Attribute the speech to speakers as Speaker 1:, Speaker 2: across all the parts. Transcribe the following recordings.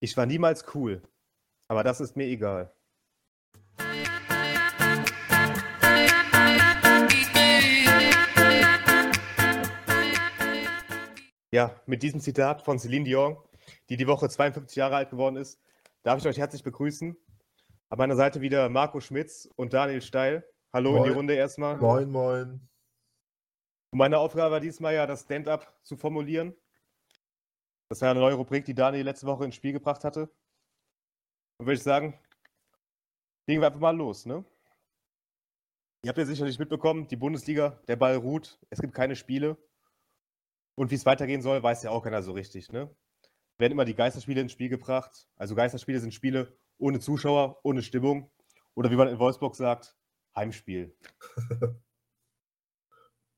Speaker 1: Ich war niemals cool, aber das ist mir egal. Ja, mit diesem Zitat von Celine Dion, die die Woche 52 Jahre alt geworden ist, darf ich euch herzlich begrüßen. An meiner Seite wieder Marco Schmitz und Daniel Steil. Hallo in
Speaker 2: Moin.
Speaker 1: die Runde erstmal.
Speaker 2: Moin, moin.
Speaker 1: Und meine Aufgabe war diesmal ja, das Stand-up zu formulieren. Das war eine neue Rubrik, die Daniel letzte Woche ins Spiel gebracht hatte. Und würde ich sagen, legen wir einfach mal los, ne? Ihr habt ja sicherlich mitbekommen, die Bundesliga, der Ball ruht, es gibt keine Spiele. Und wie es weitergehen soll, weiß ja auch keiner so richtig, ne? Werden immer die Geisterspiele ins Spiel gebracht. Also Geisterspiele sind Spiele ohne Zuschauer, ohne Stimmung. Oder wie man in Wolfsburg sagt, Heimspiel.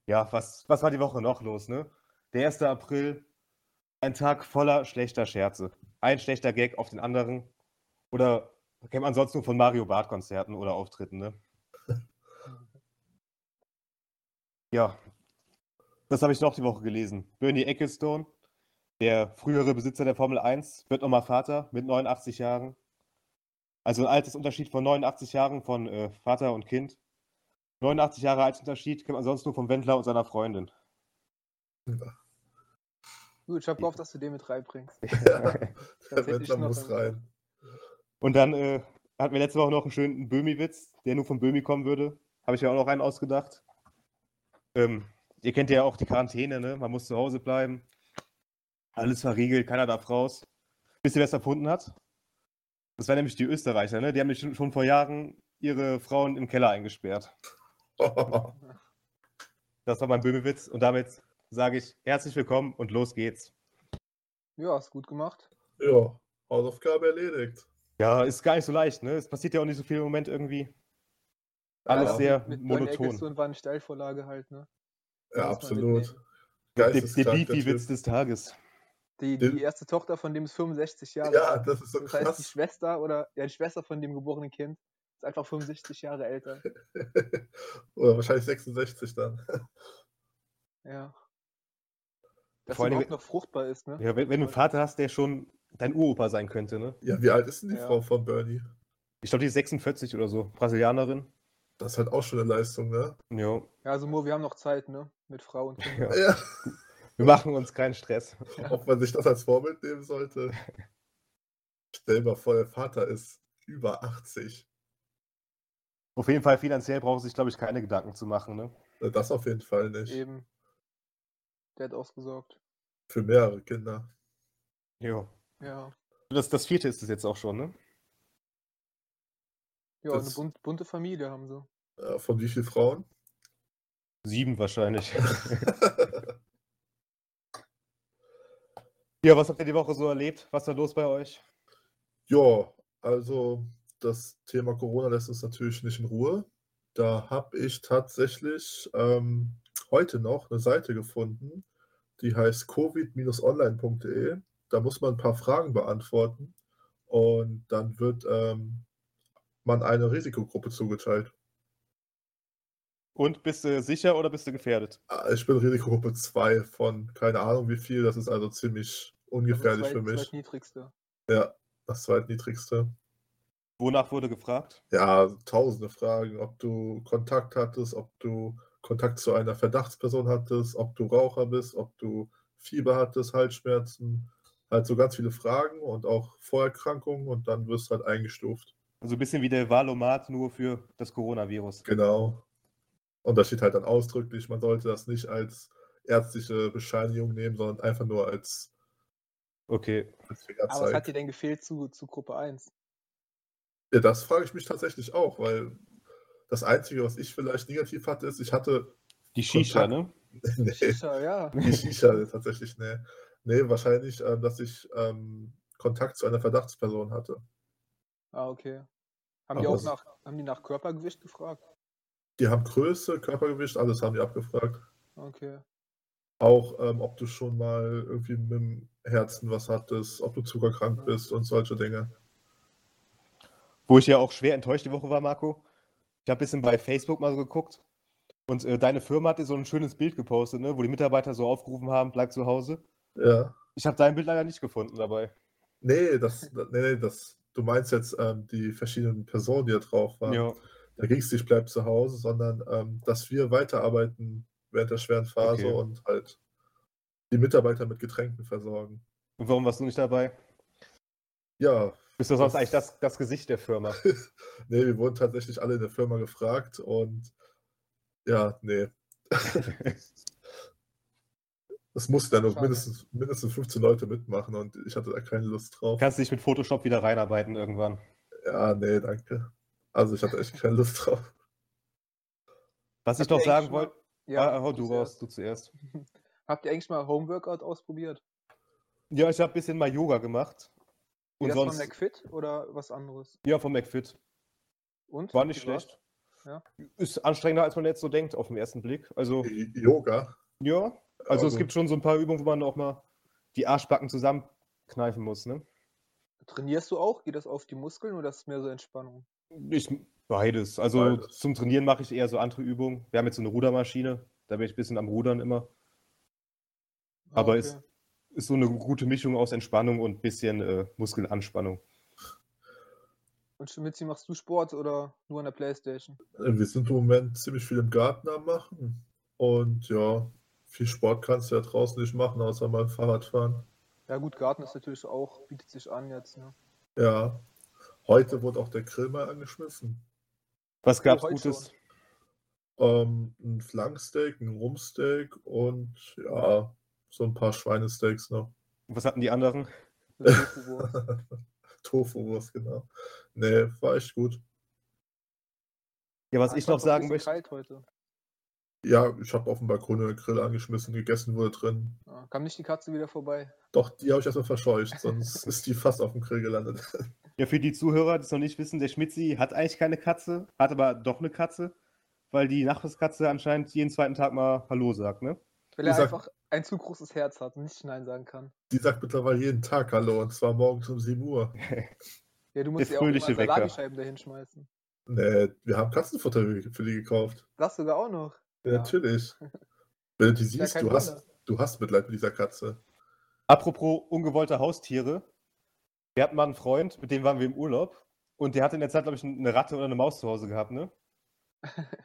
Speaker 1: Ja, was, was war die Woche noch los, ne? Der 1. April, ein Tag voller schlechter Scherze. Ein schlechter Gag auf den anderen. Oder kennt man sonst nur von Mario Barth-Konzerten oder Auftritten, ne? Ja, das habe ich noch die Woche gelesen. Bernie Ecclestone, der frühere Besitzer der Formel 1, wird nochmal Vater mit 89 Jahren. Also ein Altersunterschied von 89 Jahren von äh, Vater und Kind. 89 Jahre Altersunterschied kennt man sonst nur vom Wendler und seiner Freundin.
Speaker 3: Gut, ich habe gehofft, dass du den mit reinbringst.
Speaker 2: Der
Speaker 3: Das hätte ich
Speaker 2: Wendler
Speaker 3: noch
Speaker 2: muss
Speaker 3: im-
Speaker 2: rein.
Speaker 1: Und dann äh, hatten wir letzte Woche noch einen schönen Böhmi-Witz, der nur von Böhmi kommen würde. Habe ich ja auch noch einen ausgedacht. Ähm, ihr kennt ja auch die Quarantäne, ne? Man muss zu Hause bleiben. Alles verriegelt, keiner darf raus. Wisst ihr, wer es erfunden hat? Das waren nämlich die Österreicher, ne? Die haben nämlich schon- schon vor Jahren ihre Frauen im Keller eingesperrt.
Speaker 3: ne?
Speaker 1: Das war mein Böhmi-Witz. Und damit sage ich herzlich willkommen und los geht's.
Speaker 3: Ja, hast gut gemacht.
Speaker 2: ja, Hausaufgabe erledigt.
Speaker 1: Ja, ist gar nicht so leicht, ne? Es passiert ja auch nicht so viel im Moment irgendwie.
Speaker 2: Ja,
Speaker 1: Alles
Speaker 2: aber
Speaker 1: sehr
Speaker 3: mit
Speaker 1: monoton.
Speaker 3: und war eine Steilvorlage halt, ne?
Speaker 2: Ja,
Speaker 3: Muss man
Speaker 2: absolut.
Speaker 3: mitnehmen.
Speaker 1: Der, der
Speaker 2: Geisteskrank, der
Speaker 1: Beefy-Witz
Speaker 2: Typ.
Speaker 1: des Tages.
Speaker 3: Die,
Speaker 2: Den-
Speaker 3: die erste Tochter von dem ist 65 Jahre
Speaker 2: Ja,
Speaker 3: alt.
Speaker 2: das ist so
Speaker 3: Das heißt, die
Speaker 2: krass.
Speaker 3: Schwester oder ja, die Schwester von dem geborenen Kind ist einfach 65 Jahre älter.
Speaker 2: Oder wahrscheinlich 66 dann.
Speaker 3: Ja. Dass
Speaker 1: Vor allen
Speaker 3: sie überhaupt
Speaker 1: Dingen-
Speaker 3: noch fruchtbar ist, ne?
Speaker 1: Ja, wenn, wenn du einen Vater hast, der schon dein Uropa sein könnte, ne?
Speaker 2: Ja, wie alt ist denn die
Speaker 3: Ja.
Speaker 2: Frau von Bernie?
Speaker 1: Ich glaube, die ist 46 oder so, Brasilianerin.
Speaker 2: Das ist halt auch schon eine Leistung, ne?
Speaker 1: Ja,
Speaker 3: Ja, also Mo, wir haben noch Zeit, ne? Mit Frau und Kind.
Speaker 1: Ja.
Speaker 2: Ja,
Speaker 1: wir machen uns keinen Stress.
Speaker 2: ob man sich das als Vorbild nehmen sollte. Stell dir mal vor, der Vater ist über 80.
Speaker 1: Auf jeden Fall finanziell braucht sich, glaube ich, keine Gedanken zu machen, ne?
Speaker 2: Das auf jeden Fall nicht.
Speaker 3: Eben. Der hat ausgesorgt.
Speaker 2: Für mehrere Kinder.
Speaker 1: Ja.
Speaker 3: Ja.
Speaker 1: Das, das vierte ist es jetzt auch schon, ne?
Speaker 3: Ja,
Speaker 2: Das-
Speaker 3: eine bunt, bunte Familie haben sie.
Speaker 2: Äh, Von wie vielen Frauen?
Speaker 1: Sieben wahrscheinlich. ja, was habt ihr die Woche so erlebt? Was war los bei euch?
Speaker 2: Ja, also das Thema Corona lässt uns natürlich nicht in Ruhe. Da habe ich tatsächlich ähm, heute noch eine Seite gefunden, die heißt covid-online.de. Da muss man ein paar Fragen beantworten und dann wird ähm, man eine Risikogruppe zugeteilt.
Speaker 1: Und bist du sicher oder bist du gefährdet?
Speaker 2: Ah, Ich bin Risikogruppe 2 von keine Ahnung wie viel, das ist also ziemlich
Speaker 3: Also
Speaker 2: ungefährlich
Speaker 3: zweit-
Speaker 2: für mich.
Speaker 3: zweitniedrigste.
Speaker 2: Ja, das zweitniedrigste.
Speaker 1: Wonach wurde gefragt?
Speaker 2: Ja, tausende Fragen, ob du Kontakt hattest, ob du Kontakt zu einer Verdachtsperson hattest, ob du Raucher bist, ob du Fieber hattest, Halsschmerzen. Halt so ganz viele Fragen und auch Vorerkrankungen und dann wirst du halt eingestuft.
Speaker 1: Also ein bisschen wie der Wahlomat nur für das Coronavirus.
Speaker 2: Genau. Und da steht halt dann ausdrücklich, man sollte das nicht als ärztliche Bescheinigung nehmen, sondern einfach nur als,
Speaker 1: Okay.
Speaker 2: als
Speaker 3: Aber was
Speaker 2: Fingerzeig.
Speaker 3: hat dir denn gefehlt zu, zu Gruppe 1?
Speaker 2: Ja, das frage ich mich tatsächlich auch, weil das Einzige, was ich vielleicht negativ hatte, ist, ich hatte.
Speaker 1: Die Shisha,
Speaker 2: Kontakt-
Speaker 1: ne?
Speaker 2: Nee.
Speaker 3: Shisha, ja.
Speaker 2: Die Shisha tatsächlich, ne. Nee, wahrscheinlich, ähm, dass ich ähm, Kontakt zu einer Verdachtsperson hatte.
Speaker 3: Ah, okay. Haben
Speaker 2: Aber
Speaker 3: die auch
Speaker 2: was-
Speaker 3: nach, haben die nach Körpergewicht gefragt?
Speaker 2: Die haben Größe, Körpergewicht, alles haben die abgefragt.
Speaker 3: Okay.
Speaker 2: Auch, ähm, ob du schon mal irgendwie mit dem Herzen was hattest, ob du zuckerkrank bist und solche Dinge.
Speaker 1: Wo ich ja auch schwer enttäuscht die Woche war, Marco. Ich habe ein bisschen bei Facebook mal so geguckt. Und äh, deine Firma hatte so ein schönes Bild gepostet, ne? wo die Mitarbeiter so aufgerufen haben, bleib zu Hause.
Speaker 2: Ja,
Speaker 1: Ich habe dein Bild leider nicht gefunden dabei.
Speaker 2: Nee, das, nee, nee, das, du meinst jetzt ähm, die verschiedenen Personen, die da drauf waren.
Speaker 1: Ja.
Speaker 2: Da ging es nicht, bleib zu Hause, sondern ähm, dass wir weiterarbeiten während der schweren Phase
Speaker 1: Okay.
Speaker 2: und halt die Mitarbeiter mit Getränken versorgen.
Speaker 1: Und warum warst du nicht dabei?
Speaker 2: Ja,
Speaker 1: Bist du sonst
Speaker 2: Das-
Speaker 1: eigentlich das, das Gesicht der Firma?
Speaker 2: nee, wir wurden tatsächlich alle in der Firma gefragt und ja, nee. Es mussten ja noch
Speaker 3: Schade.
Speaker 2: mindestens, mindestens 15 Leute mitmachen und ich hatte da keine Lust drauf.
Speaker 1: Kannst du dich mit Photoshop wieder reinarbeiten irgendwann?
Speaker 2: Ja, nee, danke. Also ich hatte echt keine Lust drauf.
Speaker 1: Was ich
Speaker 3: Habt ihr
Speaker 1: noch
Speaker 3: eigentlich
Speaker 1: sagen
Speaker 3: schon mal-
Speaker 1: wollte. Ja, ah, hau du raus, du zuerst.
Speaker 3: Habt ihr eigentlich mal Homeworkout ausprobiert?
Speaker 1: Ja, ich habe ein bisschen mal Yoga gemacht.
Speaker 3: Wie
Speaker 1: Und
Speaker 3: das von
Speaker 1: sonst.
Speaker 3: McFit oder was anderes?
Speaker 1: ja, vom McFit.
Speaker 3: Und?
Speaker 1: War nicht
Speaker 3: Wie war's?
Speaker 1: schlecht.
Speaker 3: Ja.
Speaker 1: Ist anstrengender, als man jetzt so denkt, auf den ersten Blick. Also,
Speaker 2: Y- Yoga.
Speaker 1: ja. Also, es gibt schon so ein paar Übungen, wo man auch mal die Arschbacken zusammenkneifen muss. Ne?
Speaker 3: Trainierst du auch? Geht das auf die Muskeln oder ist es mehr so Entspannung?
Speaker 1: Ich, beides. Also,
Speaker 2: Beides.
Speaker 1: zum Trainieren mache ich eher so andere Übungen. Wir haben jetzt so eine Rudermaschine. Da bin ich ein bisschen am Rudern immer.
Speaker 3: Ah,
Speaker 1: Aber ist- Ist so eine gute Mischung aus Entspannung und ein bisschen äh, Muskelanspannung.
Speaker 3: Und Schmitzi, machst du Sport oder nur an der Playstation?
Speaker 2: Äh, Wir sind im Moment ziemlich viel im Garten am Machen. Und ja, viel Sport kannst du ja draußen nicht machen, außer mal Fahrrad fahren.
Speaker 3: Ja gut, Garten ist natürlich auch, bietet sich an jetzt. Ne?
Speaker 2: Ja. Heute wurde auch der Grill mal angeschmissen.
Speaker 1: Was gab's
Speaker 3: heute
Speaker 1: Gutes?
Speaker 2: Ähm, ein Flanksteak, ein Rumpsteak und ja, so ein paar Schweinesteaks noch.
Speaker 1: Was hatten die anderen?
Speaker 3: Mit Tofu-Wurst.
Speaker 2: Tofu-Wurst, genau. Nee, war echt gut.
Speaker 1: Ja, was ich
Speaker 3: Anfang
Speaker 1: noch
Speaker 3: war's
Speaker 1: sagen
Speaker 3: ein bisschen
Speaker 1: möchte,
Speaker 3: Kalt heute.
Speaker 2: Ja, ich habe auf dem Balkon den Grill angeschmissen, gegessen wurde drin.
Speaker 3: Ah, kam nicht die Katze wieder vorbei.
Speaker 2: Doch, die habe ich erstmal verscheucht, sonst ist die fast auf dem Grill gelandet.
Speaker 1: ja, für die Zuhörer, die es noch nicht wissen, der Schmitzi hat eigentlich keine Katze, hat aber doch eine Katze, weil die Nachbarskatze anscheinend jeden zweiten Tag mal Hallo sagt, ne?
Speaker 3: Weil
Speaker 2: Ich
Speaker 3: er
Speaker 2: sag-
Speaker 3: einfach ein zu großes Herz hat und nicht Nein sagen kann.
Speaker 2: Die sagt mittlerweile jeden Tag Hallo und zwar morgens um 7 Uhr.
Speaker 3: Ja, du musst
Speaker 1: Der
Speaker 3: ja auch immer
Speaker 1: fröhliche Wecker.
Speaker 3: Salamischeiben dahin schmeißen.
Speaker 2: Nee, wir haben Katzenfutter für die gekauft.
Speaker 3: Das sogar auch noch.
Speaker 2: Ja,
Speaker 3: Ja.
Speaker 2: natürlich. Wenn du die
Speaker 3: Ja,
Speaker 2: siehst,
Speaker 3: kein
Speaker 2: du hast,
Speaker 3: Wunder.
Speaker 2: du hast Mitleid mit dieser Katze.
Speaker 1: Apropos ungewollte Haustiere. Wir hatten mal einen Freund, mit dem waren wir im Urlaub und der hatte in der Zeit, glaube ich, eine Ratte oder eine Maus zu Hause gehabt, ne?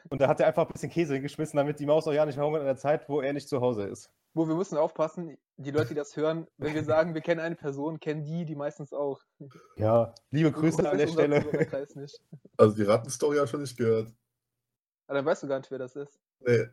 Speaker 1: Und da hat er einfach ein bisschen Käse hingeschmissen, damit die Maus auch ja nicht hungert in der Zeit, wo er nicht zu Hause ist.
Speaker 3: Wo wir müssen aufpassen, die Leute, die das hören, wenn wir sagen, wir kennen eine Person, kennen die, die meistens auch.
Speaker 1: Ja, liebe
Speaker 3: So
Speaker 1: Grüße
Speaker 3: groß
Speaker 1: an der
Speaker 3: ist unser
Speaker 1: Stelle.
Speaker 3: Zuhörerkreis nicht.
Speaker 2: Also die Rattenstory habe ich schon nicht gehört.
Speaker 3: Aber dann weißt du gar nicht, wer das ist.
Speaker 2: Nee,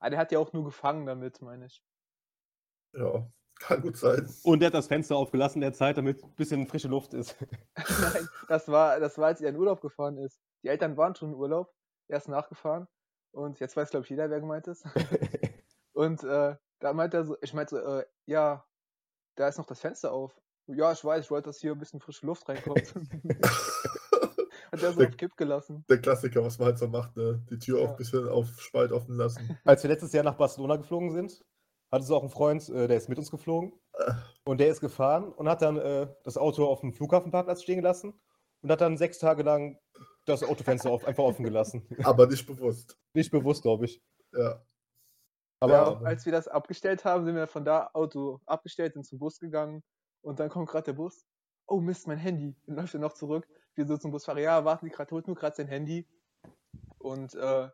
Speaker 3: Ah, der hat ja auch nur gefangen damit, meine ich.
Speaker 2: ja, kann gut sein.
Speaker 1: Und er hat das Fenster aufgelassen in der Zeit, damit ein bisschen frische Luft ist.
Speaker 3: Nein, das war, das war, als er in Urlaub gefahren ist. Die Eltern waren schon in Urlaub, er ist nachgefahren und jetzt weiß, glaube ich, jeder, wer gemeint ist. Und äh, da meinte er so, ich meinte so, äh, ja, da ist noch das Fenster auf. Ja, ich weiß, ich wollte, dass hier ein bisschen frische Luft reinkommt. Hat er so auf Kipp gelassen.
Speaker 2: Der Klassiker, was man halt so macht, ne? Die Tür auch
Speaker 3: Ja.
Speaker 2: ein bisschen auf Spalt offen lassen.
Speaker 1: Als wir letztes Jahr nach Barcelona geflogen sind, hattest du auch einen Freund, äh, der ist mit uns geflogen. Und der ist gefahren und hat dann äh, das Auto auf dem Flughafenparkplatz stehen gelassen und hat dann sechs Tage lang das Autofenster auf, einfach offen gelassen.
Speaker 2: Aber nicht bewusst.
Speaker 1: Nicht bewusst, glaube ich.
Speaker 2: Ja.
Speaker 1: Aber
Speaker 3: Als wir das abgestellt haben, sind wir von da Auto abgestellt, sind zum Bus gegangen und dann kommt gerade der Bus. Oh Mist, mein Handy. Dann läuft er noch zurück. Wir so zum Busfahrer, ja, warten Sie gerade, holt nur gerade sein Handy. Und äh,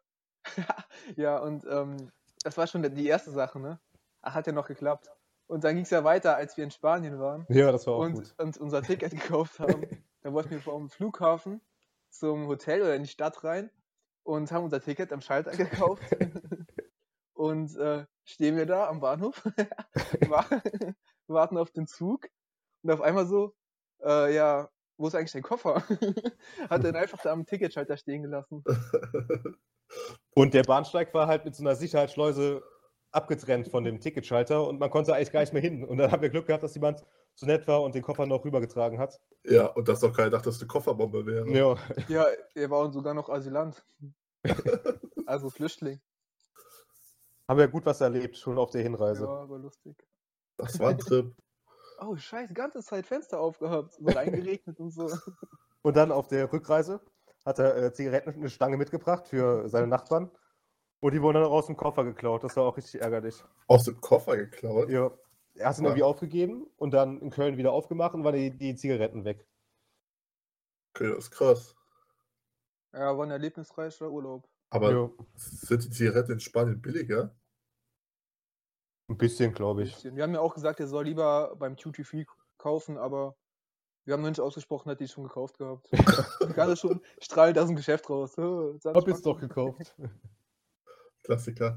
Speaker 3: ja, und ähm, das war schon die erste Sache, ne? Ach, hat ja noch geklappt. Und dann ging es ja weiter, als wir in Spanien waren.
Speaker 1: ja, das war auch gut.
Speaker 3: und, und unser Ticket gekauft haben. Dann wollten wir vom Flughafen zum Hotel oder in die Stadt rein und haben unser Ticket am Schalter gekauft. und äh, stehen wir da am Bahnhof, wa- warten auf den Zug und auf einmal so, äh, ja, wo ist eigentlich dein Koffer? Hat er ihn einfach da am Ticketschalter stehen gelassen.
Speaker 1: Und der Bahnsteig war halt mit so einer Sicherheitsschleuse abgetrennt von dem Ticketschalter und man konnte eigentlich gar nicht mehr hin. Und dann haben wir Glück gehabt, dass jemand so nett war und den Koffer noch rübergetragen hat.
Speaker 2: ja, und dass doch keiner dachte, dass es eine Kofferbombe wäre.
Speaker 1: Ja.
Speaker 3: Ja, er war sogar noch Asylant. Also Flüchtling.
Speaker 1: Haben wir gut was erlebt, schon auf der Hinreise.
Speaker 3: Ja, war lustig.
Speaker 2: Das war ein Trip.
Speaker 3: Oh, scheiße, ganze Zeit Fenster aufgehabt. So reingeregnet und so.
Speaker 1: Und dann auf der Rückreise hat er äh, Zigaretten eine Stange mitgebracht für seine Nachbarn. Und die wurden dann auch aus dem Koffer geklaut. Das war auch richtig ärgerlich.
Speaker 2: Aus dem Koffer geklaut.
Speaker 1: Ja. er hat ihn
Speaker 2: Ja.
Speaker 1: irgendwie aufgegeben und dann in Köln wieder aufgemacht und waren die, die Zigaretten weg.
Speaker 2: Okay, das ist krass.
Speaker 3: Ja, war ein erlebnisreicher Urlaub.
Speaker 2: Aber
Speaker 1: Jo.
Speaker 2: sind die Zigaretten in Spanien billiger?
Speaker 1: Ein bisschen, glaube ich.
Speaker 3: Bisschen. Wir haben ja auch gesagt, er soll lieber beim Duty Free kaufen, aber wir haben noch nicht ausgesprochen, hat die schon gekauft gehabt. Gerade schon strahlt aus dem Geschäft raus. Hö, sag
Speaker 1: Hab
Speaker 3: ich
Speaker 1: jetzt
Speaker 3: mal,
Speaker 1: doch gekauft.
Speaker 2: Klassiker.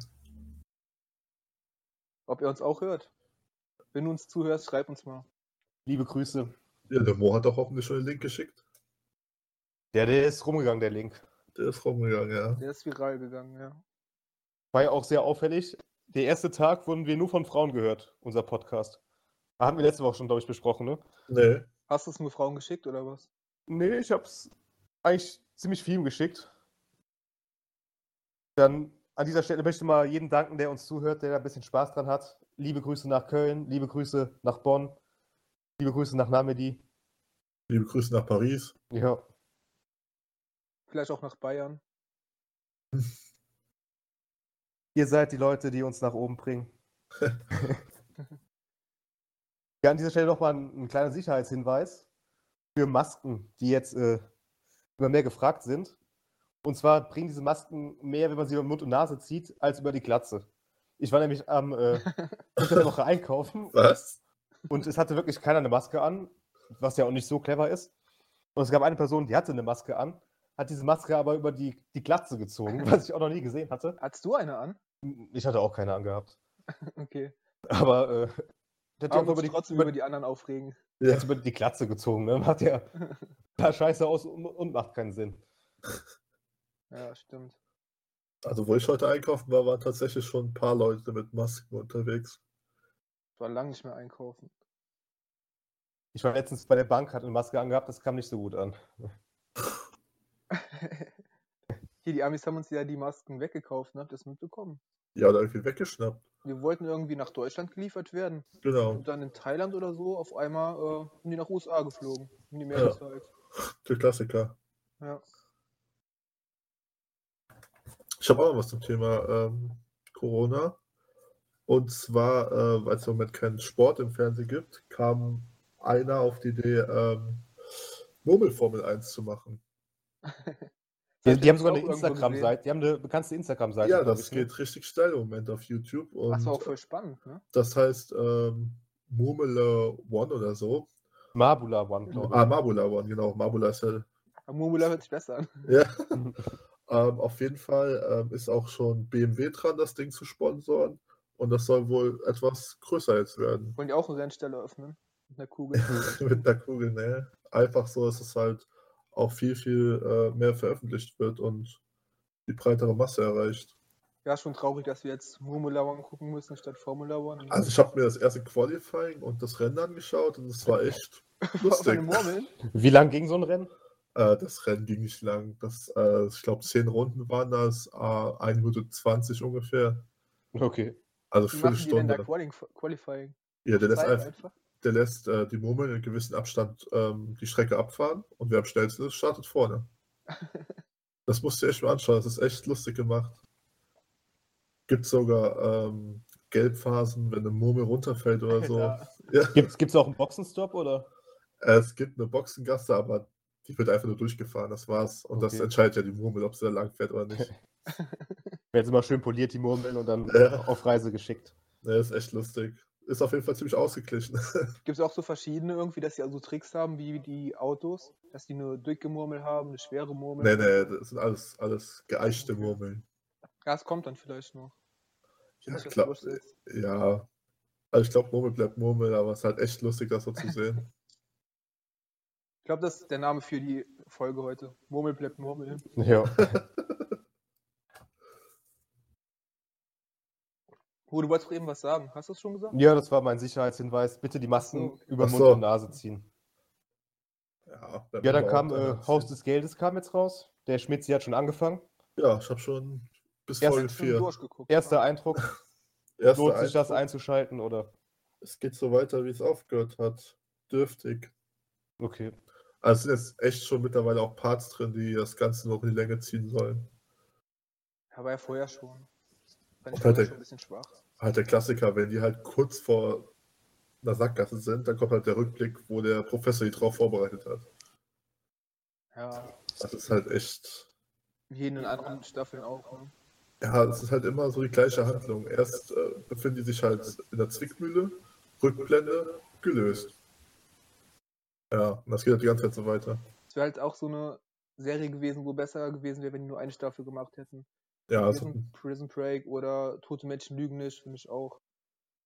Speaker 3: Ob ihr uns auch hört. Wenn du uns zuhörst, schreib uns mal.
Speaker 1: Liebe Grüße.
Speaker 2: Ja, der Mo hat doch hoffentlich schon den Link geschickt.
Speaker 1: Ja, der ist rumgegangen, der Link.
Speaker 2: Der ist rumgegangen, ja.
Speaker 3: Der ist viral gegangen, ja.
Speaker 1: War ja auch sehr auffällig. Der erste Tag wurden wir nur von Frauen gehört, unser Podcast. Haben wir letzte Woche schon, glaube ich, besprochen, ne?
Speaker 2: Nee.
Speaker 3: Hast du es nur Frauen geschickt oder was?
Speaker 1: Nee, ich hab's eigentlich ziemlich viel geschickt. Dann an dieser Stelle möchte ich mal jeden danken, der uns zuhört, der da ein bisschen Spaß dran hat. Liebe Grüße nach Köln, liebe Grüße nach Bonn, liebe Grüße nach Namedi.
Speaker 2: Liebe Grüße nach Paris.
Speaker 1: Ja.
Speaker 3: Vielleicht auch nach Bayern.
Speaker 1: Ihr seid die Leute, die uns nach oben bringen. ja, an dieser Stelle nochmal ein, ein kleiner Sicherheitshinweis für Masken, die jetzt äh, immer mehr gefragt sind. Und zwar bringen diese Masken mehr, wenn man sie über Mund und Nase zieht, als über die Glatze. Ich war nämlich am äh, unter der Woche einkaufen
Speaker 2: Was?
Speaker 1: und es hatte wirklich keiner eine Maske an, was ja auch nicht so clever ist. Und es gab eine Person, die hatte eine Maske an, hat diese Maske aber über die, die Glatze gezogen, was ich auch noch nie gesehen hatte.
Speaker 3: Hattest du eine an?
Speaker 1: Ich hatte auch keine angehabt.
Speaker 3: Okay.
Speaker 1: Aber äh, der hat die
Speaker 3: Aber
Speaker 1: auch über die,
Speaker 3: trotzdem
Speaker 1: über,
Speaker 3: über die anderen aufregen.
Speaker 1: der hat's über die Glatze gezogen. Ne? Macht ja da scheiße aus und, und macht keinen Sinn.
Speaker 3: Ja, stimmt.
Speaker 2: Also, wo ich heute einkaufen war, waren tatsächlich schon ein paar Leute mit Masken unterwegs.
Speaker 3: Ich war lange nicht mehr einkaufen.
Speaker 1: Ich war letztens bei der Bank, hat eine Maske angehabt, das kam nicht so gut an.
Speaker 3: Hier, die Amis haben uns ja die Masken weggekauft, ne? Habt ihr das mitbekommen?
Speaker 2: Ja, da irgendwie weggeschnappt.
Speaker 3: Wir wollten irgendwie nach Deutschland geliefert werden.
Speaker 2: Genau.
Speaker 3: Und dann in Thailand oder so auf einmal äh, sind die nach USA geflogen. Haben die mehr
Speaker 2: Ja.
Speaker 3: bezahlt.
Speaker 2: Der Klassiker.
Speaker 3: Ja.
Speaker 2: Ich habe auch noch was zum Thema ähm, Corona. Und zwar, äh, weil es im Moment keinen Sport im Fernsehen gibt, kam einer auf die Idee, ähm, Murmelformel 1 zu machen.
Speaker 1: Die,
Speaker 3: ich
Speaker 1: die haben
Speaker 3: jetzt
Speaker 1: sogar eine
Speaker 3: auch irgendwo
Speaker 1: Instagram-Seite, die haben eine bekannte Instagram-Seite.
Speaker 2: Ja,
Speaker 1: glaub
Speaker 2: das
Speaker 1: ich, ne?
Speaker 2: geht richtig steil im Moment auf YouTube. Und
Speaker 3: Das war auch voll spannend, ne?
Speaker 2: das heißt ähm, Murmele One oder so.
Speaker 1: Marbula One, glaube
Speaker 2: Ah, Mabula One, genau. Mabula ist ja
Speaker 3: Aber Murmula hört sich besser an.
Speaker 2: Ähm, auf jeden Fall ähm, ist auch schon BMW dran, das Ding zu sponsoren. Und das soll wohl etwas größer jetzt werden.
Speaker 3: Wollen die auch eine Rennstelle öffnen? Mit einer Kugel.
Speaker 2: Mit der Kugel, ne? Einfach so, dass es halt auch viel, viel äh, mehr veröffentlicht wird und die breitere Masse erreicht.
Speaker 3: ja, schon traurig, dass wir jetzt Murmula One gucken müssen statt Formula One.
Speaker 2: Also ich habe mir das erste Qualifying und das Rennen angeschaut und es war echt
Speaker 3: Auf eine
Speaker 2: lustig.
Speaker 3: Murmeln?
Speaker 1: ich. Wie lang ging so ein Rennen?
Speaker 2: Äh, das Rennen ging nicht lang. Das, äh, ich glaube, zehn Runden waren das, äh, 1 Minute 20 ungefähr.
Speaker 1: Okay.
Speaker 2: Also
Speaker 3: Wie machen die denn da
Speaker 2: Viertelstunde.
Speaker 3: Quali Qualifying?
Speaker 2: Ja, der lässt
Speaker 3: Zeit
Speaker 2: einfach.
Speaker 3: einfach?
Speaker 2: der lässt äh, die Murmeln in einem gewissen Abstand ähm, die Strecke abfahren und wer am schnellsten ist, startet vorne. Das musst du dir echt mal anschauen, das ist echt lustig gemacht. Gibt sogar ähm, Gelbphasen, wenn eine Murmel runterfällt oder so.
Speaker 3: Ja.
Speaker 2: Ja,
Speaker 1: Gibt's, gibt's auch einen Boxenstopp oder?
Speaker 2: es gibt eine Boxengasse, aber die wird einfach nur durchgefahren, das war's. Und das
Speaker 1: Okay.
Speaker 2: entscheidet ja die Murmel, ob sie da lang fährt oder nicht.
Speaker 1: Werden sie mal schön poliert, die Murmeln, und dann
Speaker 2: Ja.
Speaker 1: auf Reise geschickt.
Speaker 2: Ne, ist echt lustig. Ist auf jeden Fall ziemlich ausgeglichen.
Speaker 3: Gibt es auch so verschiedene irgendwie, dass sie also Tricks haben wie die Autos, dass die eine dicke Murmel haben, eine schwere Murmel?
Speaker 2: nee, nee, das sind alles, alles geeichte Murmeln.
Speaker 3: Ja, es kommt dann vielleicht noch.
Speaker 2: Ja,
Speaker 3: Nicht, dass
Speaker 2: klar.
Speaker 3: du durchsetzt.
Speaker 2: Ja. Also ich glaube, Murmel bleibt Murmel, aber es ist halt echt lustig, das so zu sehen.
Speaker 3: Ich glaube, das ist der Name für die Folge heute. Murmel bleibt Murmel.
Speaker 1: Ja.
Speaker 3: Oh, du wolltest doch eben was sagen. Hast du es schon gesagt?
Speaker 1: ja, das war mein Sicherheitshinweis. Bitte die Masken
Speaker 3: Ach so.
Speaker 1: über
Speaker 2: Ach
Speaker 1: Mund
Speaker 2: so.
Speaker 1: und Nase ziehen.
Speaker 2: Ja,
Speaker 1: Ja, dann kam äh,
Speaker 2: Haus
Speaker 1: Haus des Geldes kam jetzt raus. Der Schmitzi hat schon angefangen.
Speaker 2: Ja, ich habe schon bis
Speaker 1: Erst
Speaker 2: Folge
Speaker 3: Hast du
Speaker 2: 4.
Speaker 3: durchgeguckt.
Speaker 1: Erster Eindruck,
Speaker 2: Erste
Speaker 1: lohnt sich das
Speaker 2: Eindruck.
Speaker 1: einzuschalten oder?
Speaker 2: Es geht so weiter, wie es aufgehört hat. Dürftig.
Speaker 1: Okay.
Speaker 2: Also es sind jetzt echt schon mittlerweile auch Parts drin, die das Ganze noch in die Länge ziehen sollen.
Speaker 3: Aber ja vorher schon. Fand ich
Speaker 2: Warte.
Speaker 3: schon ein bisschen schwach.
Speaker 2: Halt der Klassiker, wenn die halt kurz vor einer Sackgasse sind, dann kommt halt der Rückblick, wo der Professor die drauf vorbereitet hat.
Speaker 3: Ja,
Speaker 2: Das ist halt echt.
Speaker 3: wie in den anderen Staffeln auch. Ne?
Speaker 2: Ja, es ist halt immer so die gleiche Handlung. Erst äh, befinden die sich halt in der Zwickmühle, Rückblende, gelöst. Ja, und das geht halt die ganze Zeit so weiter.
Speaker 3: Es wäre halt auch so eine Serie gewesen, wo besser gewesen wäre, wenn die nur eine Staffel gemacht hätten.
Speaker 2: Ja, also es,
Speaker 3: Prison, Prison Break oder Tote Menschen lügen nicht, finde ich auch.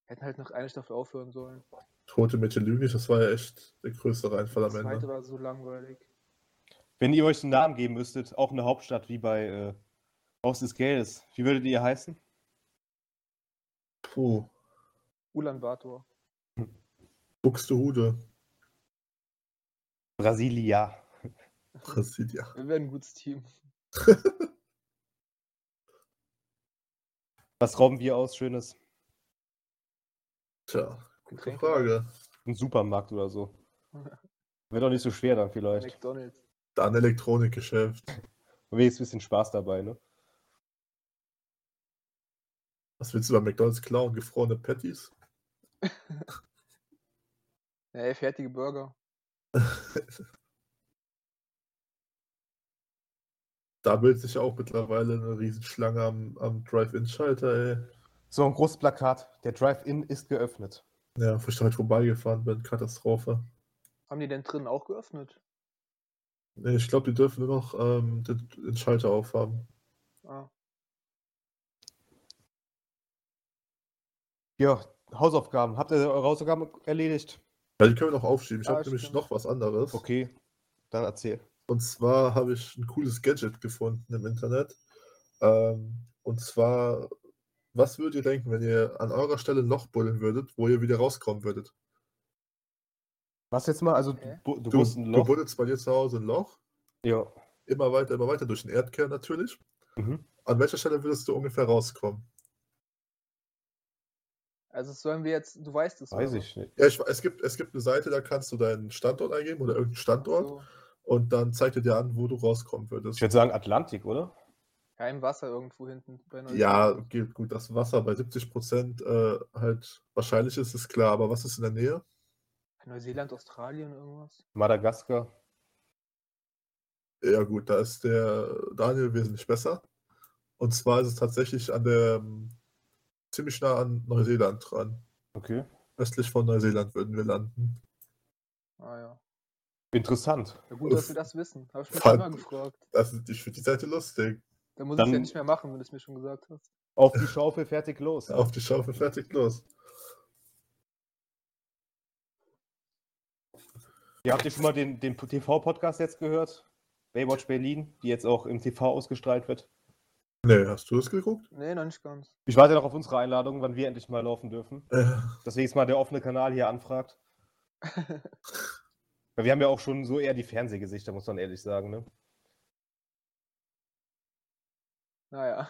Speaker 3: Hätten halt noch eine Staffel aufhören sollen.
Speaker 2: Tote Mädchen lügen nicht, das war ja echt der größte Reinfall
Speaker 3: Das
Speaker 2: am
Speaker 3: zweite
Speaker 2: Ende.
Speaker 3: war so langweilig.
Speaker 1: Wenn ihr euch einen Namen geben müsstet, auch eine Hauptstadt wie bei äh, Haus des Geldes, wie würdet ihr heißen?
Speaker 2: Puh,
Speaker 3: Ulan Bator.
Speaker 2: Buxtehude,
Speaker 1: Brasilia.
Speaker 2: Brasilia.
Speaker 3: Wir werden ein gutes Team.
Speaker 1: Was rauben wir aus Schönes?
Speaker 2: Tja, gute
Speaker 3: Getränke.
Speaker 2: Frage.
Speaker 1: Ein Supermarkt oder so. Wird auch nicht so schwer dann vielleicht.
Speaker 3: McDonalds.
Speaker 2: Dann Elektronikgeschäft.
Speaker 1: Wenigstens ein bisschen Spaß dabei, ne?
Speaker 2: Was willst du bei McDonalds klauen? Gefrorene Patties?
Speaker 3: Nee, fertige Burger.
Speaker 2: Da bildet sich ja auch mittlerweile eine Riesenschlange am, am Drive-In-Schalter, ey.
Speaker 1: So ein großes Plakat. Der Drive-In ist geöffnet.
Speaker 2: Ja, wo ich da halt vorbeigefahren bin, Katastrophe.
Speaker 3: Haben die denn drinnen auch geöffnet?
Speaker 2: Nee, ich glaube, die dürfen nur noch ähm, den, den Schalter aufhaben.
Speaker 3: Ah,
Speaker 1: Ja, Hausaufgaben. Habt ihr eure Hausaufgaben erledigt?
Speaker 2: Ja, die können wir noch aufschieben. Ich
Speaker 3: Ah,
Speaker 2: habe nämlich
Speaker 3: stimmt.
Speaker 2: noch was anderes.
Speaker 1: Okay, dann erzähl.
Speaker 2: Und zwar habe ich ein cooles Gadget gefunden im Internet. Ähm, und zwar, was würdet ihr denken, wenn ihr an eurer Stelle ein Loch buddeln würdet, wo ihr wieder rauskommen würdet?
Speaker 1: Was jetzt mal? Also,
Speaker 3: Hä?
Speaker 1: du, bu- du
Speaker 2: Du,
Speaker 1: musst ein
Speaker 2: du
Speaker 1: Loch. Also
Speaker 2: buddelst bei dir zu Hause ein Loch,
Speaker 1: ja.
Speaker 2: immer weiter, immer weiter, durch den Erdkern natürlich.
Speaker 1: Mhm.
Speaker 2: An welcher Stelle würdest du ungefähr rauskommen?
Speaker 3: also sollen wir jetzt, du weißt es.
Speaker 1: Weiß
Speaker 3: oder?
Speaker 1: ich nicht.
Speaker 2: Ja, ich, es, gibt, es gibt eine Seite, da kannst du deinen Standort eingeben oder irgendeinen Standort.
Speaker 3: So,
Speaker 2: Und dann zeigt er dir an, wo du rauskommen würdest.
Speaker 1: Ich würde sagen Atlantik, oder?
Speaker 3: ja, im Wasser irgendwo hinten. Bei Neuseeland.
Speaker 2: Ja, geht gut. Das Wasser bei 70 Prozent äh, halt wahrscheinlich ist es klar, aber was ist in der Nähe?
Speaker 3: Neuseeland, Australien, irgendwas.
Speaker 1: Madagaskar.
Speaker 2: Ja, gut, da ist der Daniel wesentlich besser. Und zwar ist es tatsächlich an der ähm, ziemlich nah an Neuseeland dran.
Speaker 1: Okay.
Speaker 2: Östlich von Neuseeland würden wir landen.
Speaker 3: Ah ja.
Speaker 1: Interessant.
Speaker 3: ja gut, dass wir das wissen. Habe ich mich
Speaker 2: Vor allem-
Speaker 3: immer gefragt.
Speaker 2: Das ist, ich finde die Seite lustig.
Speaker 3: Da muss ich
Speaker 1: Dann-
Speaker 3: ja nicht mehr machen, wenn du es mir schon gesagt hast.
Speaker 1: Auf die Schaufel, fertig, los.
Speaker 2: Auf die Schaufel, fertig, los.
Speaker 1: Ihr habt ihr schon mal den, den TV-Podcast jetzt gehört? Baywatch Berlin, die jetzt auch im TV ausgestrahlt wird.
Speaker 2: Nee, hast du es geguckt?
Speaker 3: Nee, noch nicht ganz.
Speaker 1: Ich warte noch auf unsere Einladung, wann wir endlich mal laufen dürfen.
Speaker 2: Äh,
Speaker 1: Dass wenigstens mal der offene Kanal hier anfragt. Weil wir haben ja auch schon so eher die Fernsehgesichter, muss man ehrlich sagen. Ne?
Speaker 3: Naja,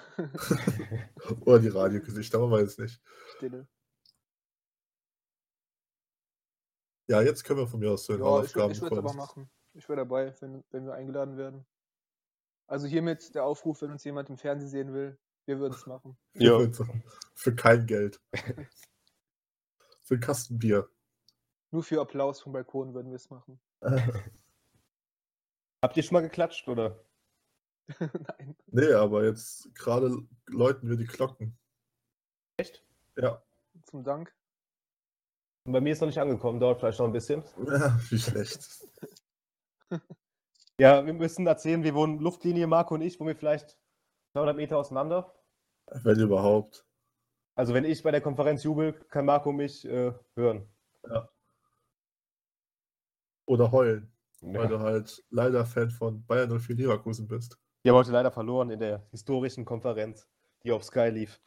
Speaker 2: oder die Radiogesichter, man weiß es nicht.
Speaker 3: stille.
Speaker 2: Ja, jetzt können wir von mir aus zu den
Speaker 3: Ja, ich, wür-
Speaker 2: Hausaufgaben
Speaker 3: ich würde es aber
Speaker 2: kommen.
Speaker 3: machen. Ich wäre dabei, wenn, wenn wir eingeladen werden. Also hiermit der Aufruf, wenn uns jemand im Fernsehen sehen will, wir würden es machen.
Speaker 1: Ja.
Speaker 2: Für kein Geld. Für ein Kastenbier.
Speaker 3: Nur für Applaus vom Balkon würden wir es machen.
Speaker 1: Habt ihr schon mal geklatscht, oder?
Speaker 3: Nein.
Speaker 2: Nee, aber jetzt gerade läuten wir die Glocken.
Speaker 1: Echt?
Speaker 2: Ja.
Speaker 3: Zum Dank.
Speaker 1: Bei mir ist noch nicht angekommen, dauert vielleicht noch ein bisschen.
Speaker 2: Wie schlecht.
Speaker 1: Ja, wir müssen erzählen, wir wohnen Luftlinie, Marco und ich, wohnen wir vielleicht 200 Meter auseinander.
Speaker 2: Wenn überhaupt.
Speaker 1: Also wenn ich bei der Konferenz jubel, kann Marco mich äh, hören.
Speaker 2: Oder heulen, weil
Speaker 1: Ja.
Speaker 2: du halt leider Fan von Bayern 04 Leverkusen bist.
Speaker 1: Die haben heute leider verloren in der historischen Konferenz, die auf Sky lief.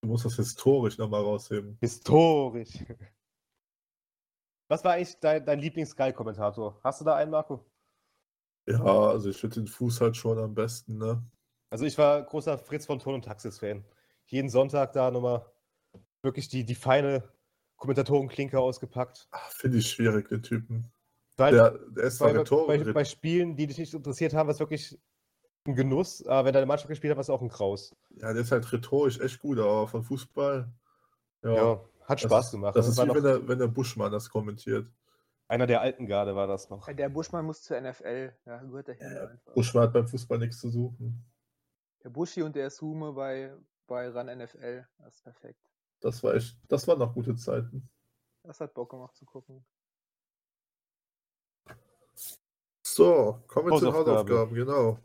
Speaker 2: Du musst das historisch nochmal rausheben.
Speaker 1: Historisch. Was war eigentlich dein, dein Lieblings-Sky-Kommentator? Hast du da einen, Marco?
Speaker 2: Ja, also ich finde den Fuß halt schon am besten, ne?
Speaker 1: Also ich war großer Fritz von Ton und Taxis-Fan. Jeden Sonntag da nochmal wirklich die, die feine Kommentatorenklinke ausgepackt.
Speaker 2: Ah, Finde ich schwierig, den Typen.
Speaker 1: War halt
Speaker 2: Der, der ist zwar
Speaker 1: bei, bei,
Speaker 2: Rhetorik.
Speaker 1: bei Spielen, die dich nicht interessiert haben, war es wirklich ein Genuss. Aber wenn deine Mannschaft gespielt hat, war es auch ein Kraus.
Speaker 2: Ja, der ist halt rhetorisch echt gut, aber von Fußball. Ja.
Speaker 1: Ja. Hat
Speaker 2: Das
Speaker 1: Spaß
Speaker 2: ist,
Speaker 1: gemacht.
Speaker 2: Das
Speaker 1: Das
Speaker 2: ist
Speaker 1: war
Speaker 2: wie
Speaker 1: noch
Speaker 2: wenn der, wenn der Buschmann das kommentiert.
Speaker 1: einer der alten Garde war das noch.
Speaker 3: Der Buschmann muss zur NFL. Ja, gehört
Speaker 2: Äh,
Speaker 3: dahin einfach.
Speaker 2: Buschmann hat beim Fußball nichts zu suchen.
Speaker 3: Der Buschi und der Sume bei, bei Run NFL. Das ist perfekt.
Speaker 2: Das war echt, das waren noch gute Zeiten.
Speaker 3: Das hat Bock gemacht zu gucken.
Speaker 2: So, kommen wir zu den
Speaker 1: Hausaufgaben.
Speaker 2: Hausaufgaben, genau.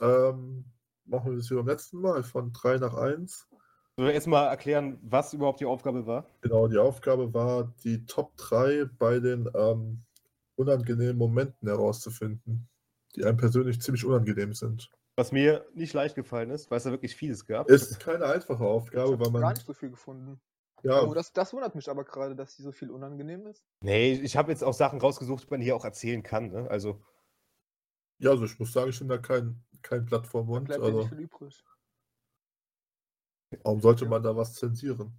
Speaker 2: Ähm, machen wir das wie beim letzten Mal, von 3 nach 1.
Speaker 1: Sollen wir erstmal erklären, was überhaupt die Aufgabe war?
Speaker 2: Genau, die Aufgabe war, die Top 3 bei den ähm, unangenehmen Momenten herauszufinden, die einem persönlich ziemlich unangenehm sind.
Speaker 1: Was mir nicht leicht gefallen ist, weil es da wirklich vieles gab.
Speaker 2: Ist keine einfache
Speaker 3: ich
Speaker 2: Aufgabe,
Speaker 3: hab
Speaker 2: weil
Speaker 3: gar
Speaker 2: man.
Speaker 3: nicht so viel gefunden.
Speaker 2: Ja,
Speaker 3: Oh, das, das wundert mich aber gerade, dass die so viel unangenehm ist.
Speaker 1: Nee, ich habe jetzt auch Sachen rausgesucht, die man hier auch erzählen kann. Ne? Also,
Speaker 2: ja, also ich muss sagen, ich nehme da kein, kein Blatt vom
Speaker 3: Da
Speaker 2: Mund.
Speaker 3: bleibt ja
Speaker 2: Also,
Speaker 3: nicht viel übrig.
Speaker 2: warum sollte man da was zensieren?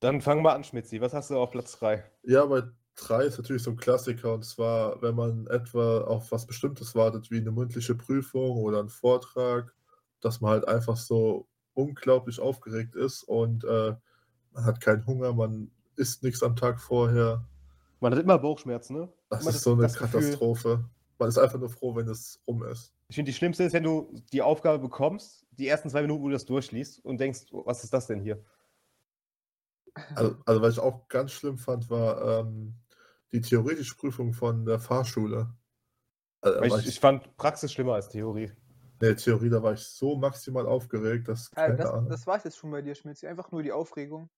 Speaker 1: dann fang mal an, Schmitzi. Was hast du auf Platz 3?
Speaker 2: Ja, bei 3 ist natürlich so ein Klassiker und zwar, wenn man etwa auf was Bestimmtes wartet, wie eine mündliche Prüfung oder ein Vortrag, dass man halt einfach so unglaublich aufgeregt ist und äh, man hat keinen Hunger, man isst nichts am Tag vorher.
Speaker 1: Man hat immer Bauchschmerzen, ne?
Speaker 2: Das
Speaker 1: Immer
Speaker 2: ist so eine
Speaker 1: Gefühl-
Speaker 2: Katastrophe. Man ist einfach nur froh, wenn es rum ist.
Speaker 1: Ich finde, die Schlimmste ist, wenn du die Aufgabe bekommst, die ersten zwei Minuten, wo du das durchliest und denkst, oh, was ist das denn hier?
Speaker 2: Also, also was ich auch ganz schlimm fand, war ähm, die theoretische Prüfung von der Fahrschule. Also,
Speaker 1: Weil
Speaker 2: war
Speaker 1: ich, ich fand Praxis schlimmer als Theorie.
Speaker 2: nee, Theorie, da war ich so maximal aufgeregt,
Speaker 1: Also
Speaker 2: dass
Speaker 3: Ja,
Speaker 2: keine
Speaker 3: das,
Speaker 2: Ahnung.
Speaker 3: das war ich jetzt schon bei dir, Schmitzi. Einfach nur die Aufregung.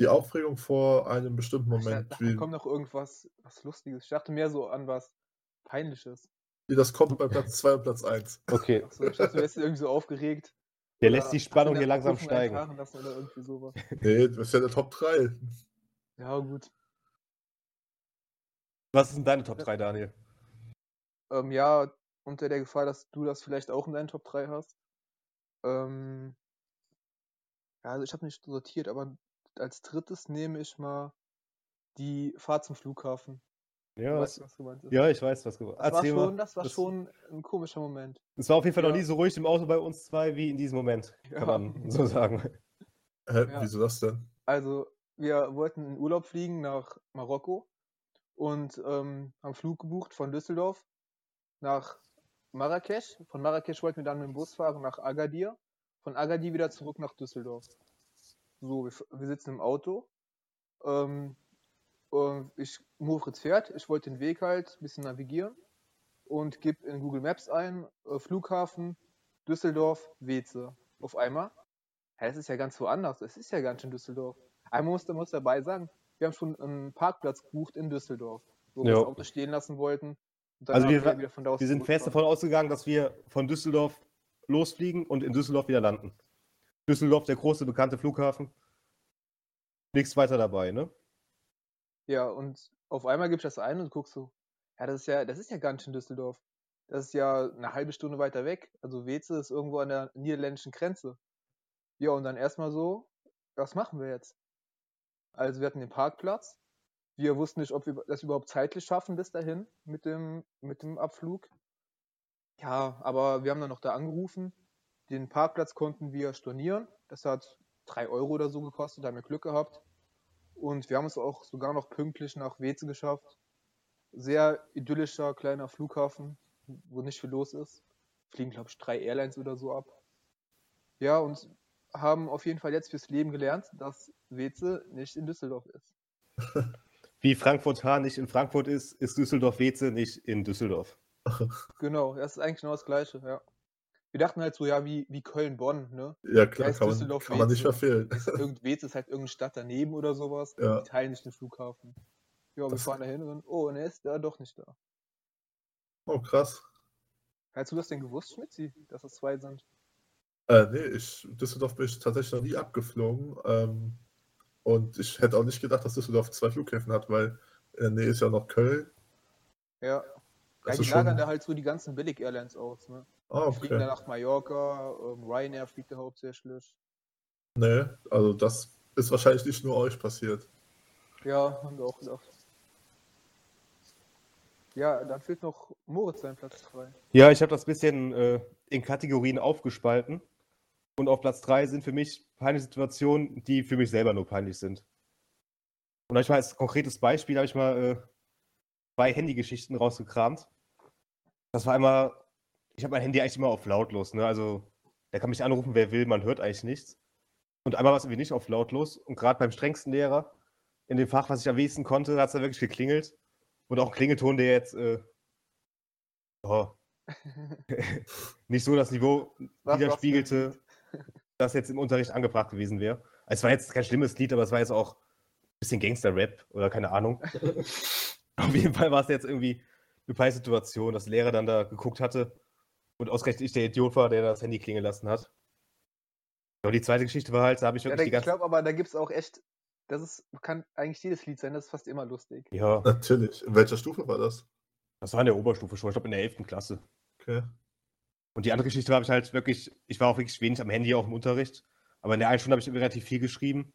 Speaker 2: Die Aufregung vor einem bestimmten
Speaker 3: Ich
Speaker 2: Moment,
Speaker 3: dachte, da
Speaker 2: wie,
Speaker 3: kommt noch irgendwas was Lustiges. Ich dachte mehr so an was Peinliches.
Speaker 2: wie das kommt bei Platz 2 und Platz 1.
Speaker 1: Okay,
Speaker 3: Ach so, ich dachte, du wärst irgendwie so aufgeregt.
Speaker 1: der
Speaker 3: oder
Speaker 1: lässt die
Speaker 3: hast in
Speaker 1: Spannung
Speaker 3: der
Speaker 1: hier langsam
Speaker 3: Prüfung
Speaker 1: steigen.
Speaker 3: einfahren Lassen oder irgendwie sowas.
Speaker 2: Nee, das ist ja der Top 3.
Speaker 3: Ja, gut.
Speaker 1: Was ist denn deine Top 3, Daniel?
Speaker 3: Ähm, ja, unter der Gefahr, dass du das vielleicht auch in deinen Top 3 hast. Ähm, ja, also ich habe nicht sortiert, aber als drittes nehme ich mal die Fahrt zum Flughafen.
Speaker 1: Ja,
Speaker 3: weißt,
Speaker 1: das-
Speaker 3: was gemeint ist.
Speaker 1: ja ich weiß, was du
Speaker 3: das, war
Speaker 1: Erzähl
Speaker 3: schon,
Speaker 1: mal.
Speaker 3: das war
Speaker 1: das-
Speaker 3: schon ein komischer Moment.
Speaker 1: Es war auf jeden Fall noch
Speaker 3: Ja.
Speaker 1: nie so ruhig im Auto bei uns zwei wie in diesem Moment,
Speaker 3: Ja.
Speaker 1: kann man so sagen.
Speaker 2: Hä,
Speaker 3: Ja.
Speaker 2: wieso das denn?
Speaker 3: Also, wir wollten in Urlaub fliegen nach Marokko und ähm, haben Flug gebucht von Düsseldorf nach Marrakesch. Von Marrakesch wollten wir dann mit dem Bus fahren nach Agadir. Von Agadir wieder zurück nach Düsseldorf. So, wir, f- wir sitzen im Auto. Ähm, ähm, ich, Moritz fährt, ich wollte den Weg halt ein bisschen navigieren und gebe in Google Maps ein, äh, Flughafen, Düsseldorf, Weze. Auf einmal Hä, das ist ja ganz woanders. Es ist ja ganz schön Düsseldorf. Einmal muss, muss dabei sagen, wir haben schon einen Parkplatz gebucht in Düsseldorf, wo wir
Speaker 1: Jo.
Speaker 3: das Auto stehen lassen wollten. Und dann
Speaker 1: Also
Speaker 3: haben
Speaker 1: wir wa-
Speaker 3: wieder von da aus
Speaker 1: Wir sind fest
Speaker 3: zurückgefahren.
Speaker 1: davon ausgegangen, dass wir von Düsseldorf losfliegen und in Düsseldorf wieder landen. Düsseldorf, der große bekannte Flughafen. Nichts weiter dabei, ne?
Speaker 3: Ja, und auf einmal gibst du das ein und guckst so, ja, das ist ja, das ist ja ganz schön Düsseldorf. Das ist ja eine halbe Stunde weiter weg. Also Weze ist irgendwo an der niederländischen Grenze. Ja, und dann erstmal so, was machen wir jetzt? Also wir hatten den Parkplatz. Wir wussten nicht, ob wir das überhaupt zeitlich schaffen bis dahin mit dem, mit dem Abflug. Ja, aber wir haben dann noch da angerufen. Den Parkplatz konnten wir stornieren. Das hat drei Euro oder so gekostet, da haben wir Glück gehabt. Und wir haben es auch sogar noch pünktlich nach Weze geschafft. Sehr idyllischer kleiner Flughafen, wo nicht viel los ist. Fliegen, glaube ich, drei Airlines oder so ab. Ja, und haben auf jeden Fall jetzt fürs Leben gelernt, dass Weze nicht in Düsseldorf ist.
Speaker 1: Wie Frankfurt Hahn nicht in Frankfurt ist, ist Düsseldorf-Weze nicht in Düsseldorf.
Speaker 3: Genau, das ist eigentlich genau das Gleiche, ja. Wir dachten halt so, ja, wie, wie Köln-Bonn, ne?
Speaker 2: Ja, klar,
Speaker 3: Heißt
Speaker 2: kann man,
Speaker 3: Düsseldorf
Speaker 2: kann man nicht
Speaker 3: Weze.
Speaker 2: verfehlen.
Speaker 3: Ist irgend, Weze ist halt irgendeine Stadt daneben oder sowas.
Speaker 2: Ja.
Speaker 3: Die teilen nicht den Flughafen. Ja, wir
Speaker 2: Das-
Speaker 3: fahren da hin und oh, und er ist da doch nicht da.
Speaker 2: Oh, krass.
Speaker 3: Hättest du das denn gewusst, Schmitzi, dass es zwei sind?
Speaker 2: Äh, nee, ich, Düsseldorf bin ich tatsächlich noch nie abgeflogen. Ähm, und ich hätte auch nicht gedacht, dass Düsseldorf zwei Flughäfen hat, weil in der Nähe ist ja noch Köln.
Speaker 3: Ja,
Speaker 2: Das ist
Speaker 3: ja, die lagern
Speaker 2: schon.
Speaker 3: da halt so die ganzen Billig-Airlines aus. Ne?
Speaker 2: Ah,
Speaker 3: Die Fliegen da
Speaker 2: okay.
Speaker 3: nach Mallorca, ähm, Ryanair fliegt da hauptsächlich.
Speaker 2: Nee, also das ist wahrscheinlich nicht nur euch passiert.
Speaker 3: Ja, haben wir auch gedacht. Ja, dann fehlt noch Moritz seinen Platz 3.
Speaker 1: Ja, ich habe das bisschen äh, in Kategorien aufgespalten. Und auf Platz 3 sind für mich peinliche Situationen, die für mich selber nur peinlich sind. Und da hab ich mal als konkretes Beispiel habe ich mal äh, zwei Handygeschichten rausgekramt. Das war einmal, ich habe mein Handy eigentlich immer auf lautlos, ne? Also der kann mich anrufen, wer will, man hört eigentlich nichts. Und einmal war es irgendwie nicht auf lautlos. Und gerade beim strengsten Lehrer, in dem Fach, was ich am wenigsten konnte, hat es dann wirklich geklingelt. Und auch ein Klingelton, der jetzt äh, oh, nicht so das Niveau
Speaker 3: Was
Speaker 1: widerspiegelte, das jetzt im Unterricht angebracht gewesen wäre. Also, Es war jetzt kein schlimmes Lied, aber es war jetzt auch ein bisschen Gangster-Rap oder keine Ahnung. Auf jeden Fall war es jetzt irgendwie eine peinliche Situation, dass der Lehrer dann da geguckt hatte und ausgerechnet ich der Idiot war, der das Handy klingeln lassen hat. Ja, Und die zweite Geschichte war halt, da habe ich
Speaker 3: Ja,
Speaker 1: wirklich
Speaker 3: da,
Speaker 1: die
Speaker 3: ich
Speaker 1: ganze
Speaker 3: glaube aber, da gibt es auch echt, das ist, kann eigentlich jedes Lied sein, das ist fast immer lustig.
Speaker 1: Ja,
Speaker 2: Natürlich. In welcher Stufe war das?
Speaker 1: das war in der Oberstufe schon, ich glaube in der 11. Klasse.
Speaker 2: Okay.
Speaker 1: Und die andere Geschichte habe ich halt wirklich, ich war auch wirklich wenig am Handy, auch im Unterricht. Aber in der einen Stunde habe ich relativ viel geschrieben.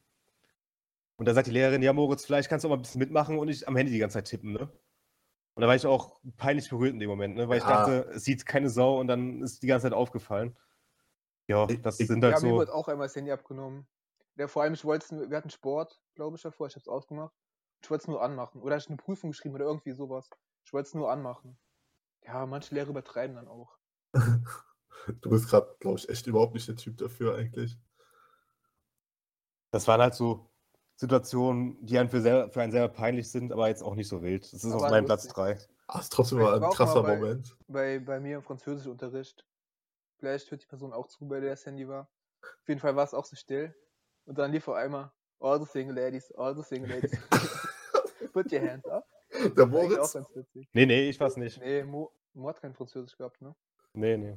Speaker 1: Und da sagt die Lehrerin, ja, Moritz, vielleicht kannst du auch mal ein bisschen mitmachen und nicht am Handy die ganze Zeit tippen, ne? Und da war ich auch peinlich berührt in dem Moment, ne? Weil ich
Speaker 2: Ja.
Speaker 1: dachte, es sieht keine Sau und dann ist die ganze Zeit aufgefallen. Ja,
Speaker 2: Ich-
Speaker 1: das
Speaker 2: ich-
Speaker 1: sind
Speaker 3: Ja,
Speaker 1: halt
Speaker 3: mir
Speaker 1: so.
Speaker 3: wurde auch einmal das Handy abgenommen. Ja, vor allem, ich wollte es, wir hatten Sport, glaube ich, davor, ich habe es ausgemacht. Ich wollte es nur anmachen. Oder ich eine Prüfung geschrieben oder irgendwie sowas. Ich wollte es nur anmachen. Ja, manche Lehrer übertreiben dann auch.
Speaker 2: Du bist gerade, glaube ich, echt überhaupt nicht der Typ dafür eigentlich.
Speaker 1: Das waren halt so Situationen, die einen für, sel- für einen selber peinlich sind, aber jetzt auch nicht so wild. Das ist
Speaker 3: Aber
Speaker 1: auf meinem Platz
Speaker 3: lustig.
Speaker 1: 3.
Speaker 2: Ah, ist trotzdem
Speaker 3: Ich
Speaker 2: mal
Speaker 3: war
Speaker 2: ein
Speaker 3: auch
Speaker 2: krasser
Speaker 3: mal bei-
Speaker 2: Moment.
Speaker 3: Bei, bei mir im Französischunterricht. Vielleicht hört die Person auch zu, bei der das Handy war. Auf jeden Fall war es auch so still. Und dann lief auf einmal, all the single ladies, all the single ladies. Put your hands up.
Speaker 2: Der
Speaker 3: Das war eigentlich auch
Speaker 2: Moritz,
Speaker 3: ganz witzig.
Speaker 1: Nee, nee, ich weiß nicht.
Speaker 3: Nee, Mo, Mo hat kein Französisch gehabt, ne?
Speaker 1: Nee, nee.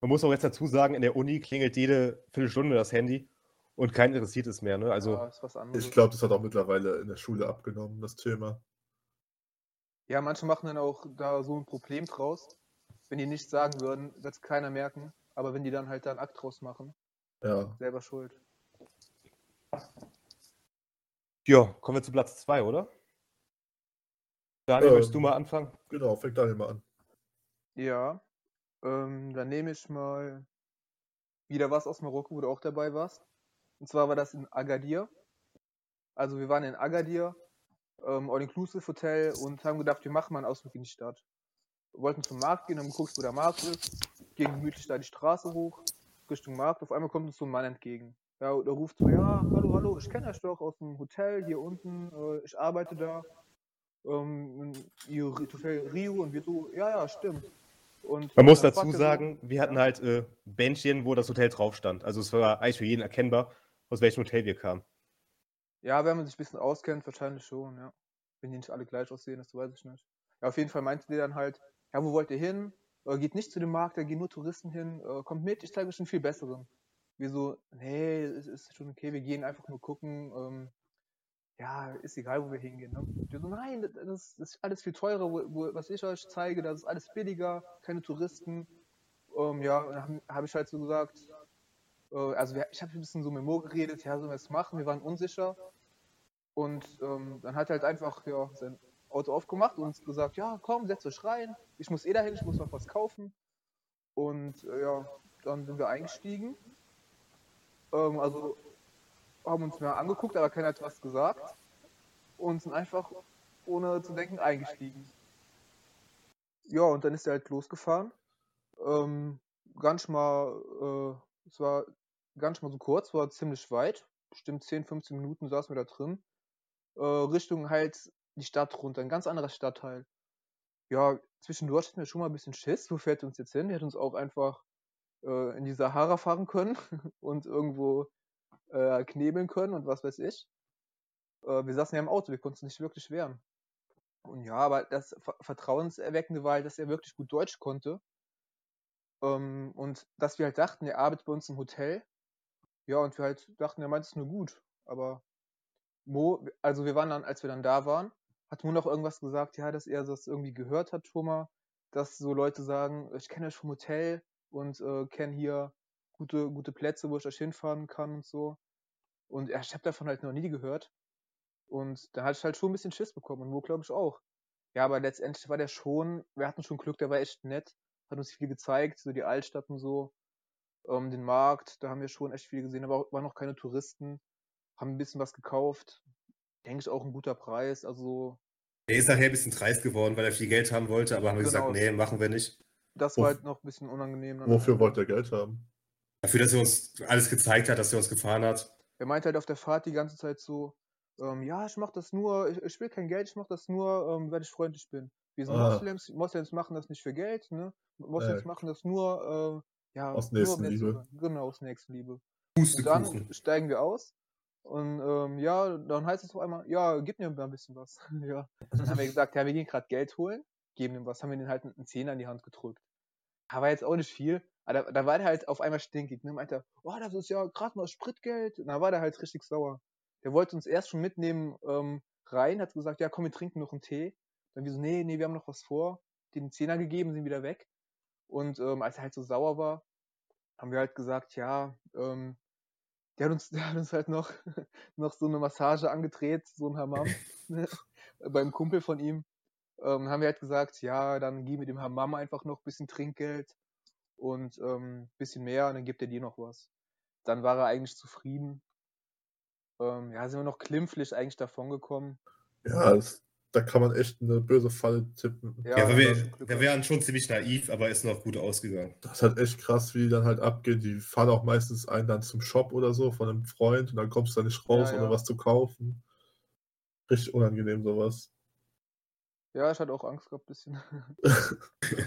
Speaker 1: Man muss auch jetzt dazu sagen, in der Uni klingelt jede Viertelstunde das Handy und kein interessiert es mehr. Ne? Also
Speaker 3: Ja, ist was anderes.
Speaker 2: ich glaube, das hat auch mittlerweile in der Schule abgenommen, das Thema.
Speaker 3: Ja, manche machen dann auch da so ein Problem draus. Wenn die nichts sagen würden, wird es keiner merken. Aber wenn die dann halt da einen Akt draus machen,
Speaker 2: Ja.
Speaker 3: selber schuld.
Speaker 1: ja, kommen wir zu Platz 2, oder? Daniel,
Speaker 2: Ähm.
Speaker 1: möchtest du mal anfangen?
Speaker 2: Genau, fängt Daniel mal an.
Speaker 3: Ja. Ähm, dann nehme ich mal wieder was aus Marokko, wo du auch dabei warst. Und zwar war das in Agadir. Also wir waren in Agadir, ähm, All-Inclusive Hotel und haben gedacht, wir machen mal einen Ausflug in die Stadt. Wir wollten zum Markt gehen, haben geguckt, wo der Markt ist, gehen gemütlich da die Straße hoch, Richtung Markt. Auf einmal kommt uns so ein Mann entgegen. Ja, und er ruft so, ja, hallo, hallo, ich kenne euch doch aus dem Hotel hier unten, äh, ich arbeite da. Ähm, ihr Hotel Rio und wir so, ja, ja, stimmt. Und
Speaker 1: Man muss
Speaker 3: dann
Speaker 1: dazu
Speaker 3: fragt er so,
Speaker 1: sagen, wir hatten
Speaker 3: Ja.
Speaker 1: halt äh, Bändchen, wo das Hotel drauf stand. Also es war eigentlich für jeden erkennbar, aus welchem Hotel wir kamen.
Speaker 3: Ja, wenn man sich ein bisschen auskennt, wahrscheinlich schon, ja. Wenn die nicht alle gleich aussehen, das weiß ich nicht. Ja, auf jeden Fall meinte die dann halt, ja, wo wollt ihr hin? Äh, geht nicht zu dem Markt, da gehen nur Touristen hin. Äh, kommt mit, ich zeige euch einen viel besseren. Wir so, nee, es ist schon okay, wir gehen einfach nur gucken. Ähm, ja, ist egal, wo wir hingehen. Ne? Wir so, nein, das- das ist alles viel teurer, wo, wo, was ich euch zeige, das ist alles billiger, keine Touristen. Ähm, ja, habe hab ich halt so gesagt, äh, also wir, ich habe ein bisschen so mit Mo geredet, ja, sollen wir es machen, wir waren unsicher. Und ähm, dann hat er halt einfach ja, sein Auto aufgemacht und uns gesagt, ja, komm, setz euch rein, ich muss eh dahin, ich muss noch was kaufen. Und äh, ja, dann sind wir eingestiegen. Ähm, also haben uns mehr angeguckt, aber keiner hat was gesagt. Und sind einfach, ohne zu denken, eingestiegen. Ja, und dann ist er halt losgefahren. Ähm, ganz mal, äh, es war gar nicht mal so kurz, war ziemlich weit. Bestimmt 10, 15 Minuten saßen wir da drin. Äh, Richtung halt die Stadt runter, ein ganz anderer Stadtteil. Ja, zwischendurch hatten wir schon mal ein bisschen Schiss. Wo fährt uns jetzt hin? Wir hätten uns auch einfach äh, in die Sahara fahren können und irgendwo äh, knebeln können und was weiß ich. Äh, wir saßen ja im Auto, wir konnten uns nicht wirklich wehren. Und ja, aber das Ver Vertrauenserweckende war halt, dass er wirklich gut Deutsch konnte. Ähm, und dass wir halt dachten, er arbeitet bei uns im Hotel. Ja, und wir halt dachten, er meint es nur gut. Aber Mo, also wir waren dann, als wir dann da waren, hat Mo noch irgendwas gesagt, ja, dass er das irgendwie gehört hat schon mal, dass so Leute sagen, ich kenne euch vom Hotel und äh, kenne hier gute, gute Plätze, wo ich euch hinfahren kann und so. Und ja, ich habe davon halt noch nie gehört. Und da hatte ich halt schon ein bisschen Schiss bekommen und Mo, glaube ich, auch. Ja, aber letztendlich war der schon, wir hatten schon Glück, der war echt nett, hat uns viel gezeigt, so die Altstadt und so, ähm, den Markt, da haben wir schon echt viel gesehen, aber auch- waren noch keine Touristen, haben ein bisschen was gekauft. denke ich, auch ein guter Preis. Also,
Speaker 1: Der ist nachher ein bisschen dreist geworden, weil er viel Geld haben wollte, aber haben wir gesagt,
Speaker 3: Genau.
Speaker 1: nee, machen wir nicht.
Speaker 3: das
Speaker 2: Wof-
Speaker 3: war halt noch ein bisschen unangenehm. dann.
Speaker 2: Wofür wollt ihr Geld haben?
Speaker 1: Dafür, dass er uns alles gezeigt hat, dass er uns gefahren hat.
Speaker 3: Er meinte halt auf der Fahrt die ganze Zeit so, ähm, ja, ich mach das nur, ich, ich will kein Geld, ich mach das nur, ähm, weil ich freundlich bin. Wir sind
Speaker 2: Ah.
Speaker 3: Moslems, Moslems machen das nicht für Geld, ne? Moslems
Speaker 2: Äh.
Speaker 3: machen das nur, äh, ja,
Speaker 2: Aus
Speaker 3: nur, wenn
Speaker 2: Nächstenliebe.
Speaker 3: sie- Genau, aus Nächstenliebe. Und
Speaker 1: Pustekuchen.
Speaker 3: dann steigen wir aus und ähm, ja, dann heißt es auf einmal, ja, gib mir mal ein bisschen was. ja. Dann haben wir gesagt, ja, wir gehen gerade Geld holen, geben ihm was, haben wir den halt einen Zehner in die Hand gedrückt. Aber jetzt auch nicht viel. Aber da, da war der halt auf einmal stinkig. Ne? Meinte, er, oh, das ist ja gerade mal Spritgeld. Und da war der halt richtig sauer. Der wollte uns erst schon mitnehmen ähm, rein, hat gesagt, ja, komm, wir trinken noch einen Tee. Dann wir so, nee, nee, wir haben noch was vor. Den Zehner gegeben, sind wieder weg. Und ähm, als er halt so sauer war, haben wir halt gesagt, ja, ähm, der hat uns, der hat uns halt noch, noch so eine Massage angedreht, so ein Hammam, ne, beim Kumpel von ihm. Ähm, haben wir halt gesagt, ja, dann gib mit dem Hammam einfach noch ein bisschen Trinkgeld und ein ähm, bisschen mehr und dann gibt er dir noch was. Dann war er eigentlich zufrieden. Ähm, ja, sind wir noch klimpflich eigentlich davongekommen.
Speaker 2: Ja, das, da kann man echt eine böse Falle tippen.
Speaker 1: Ja, weil
Speaker 3: das war
Speaker 1: wir,
Speaker 3: schon Glück
Speaker 1: wir waren schon ziemlich naiv, aber ist noch gut ausgegangen.
Speaker 2: Das ist halt echt krass, wie die dann halt abgehen. Die fahren auch meistens einen dann zum Shop oder so von einem Freund und dann kommst du da nicht raus,
Speaker 3: Ja,
Speaker 2: ohne
Speaker 3: ja.
Speaker 2: was zu kaufen. Richtig unangenehm sowas.
Speaker 3: Ja, ich hatte auch Angst gehabt, bisschen.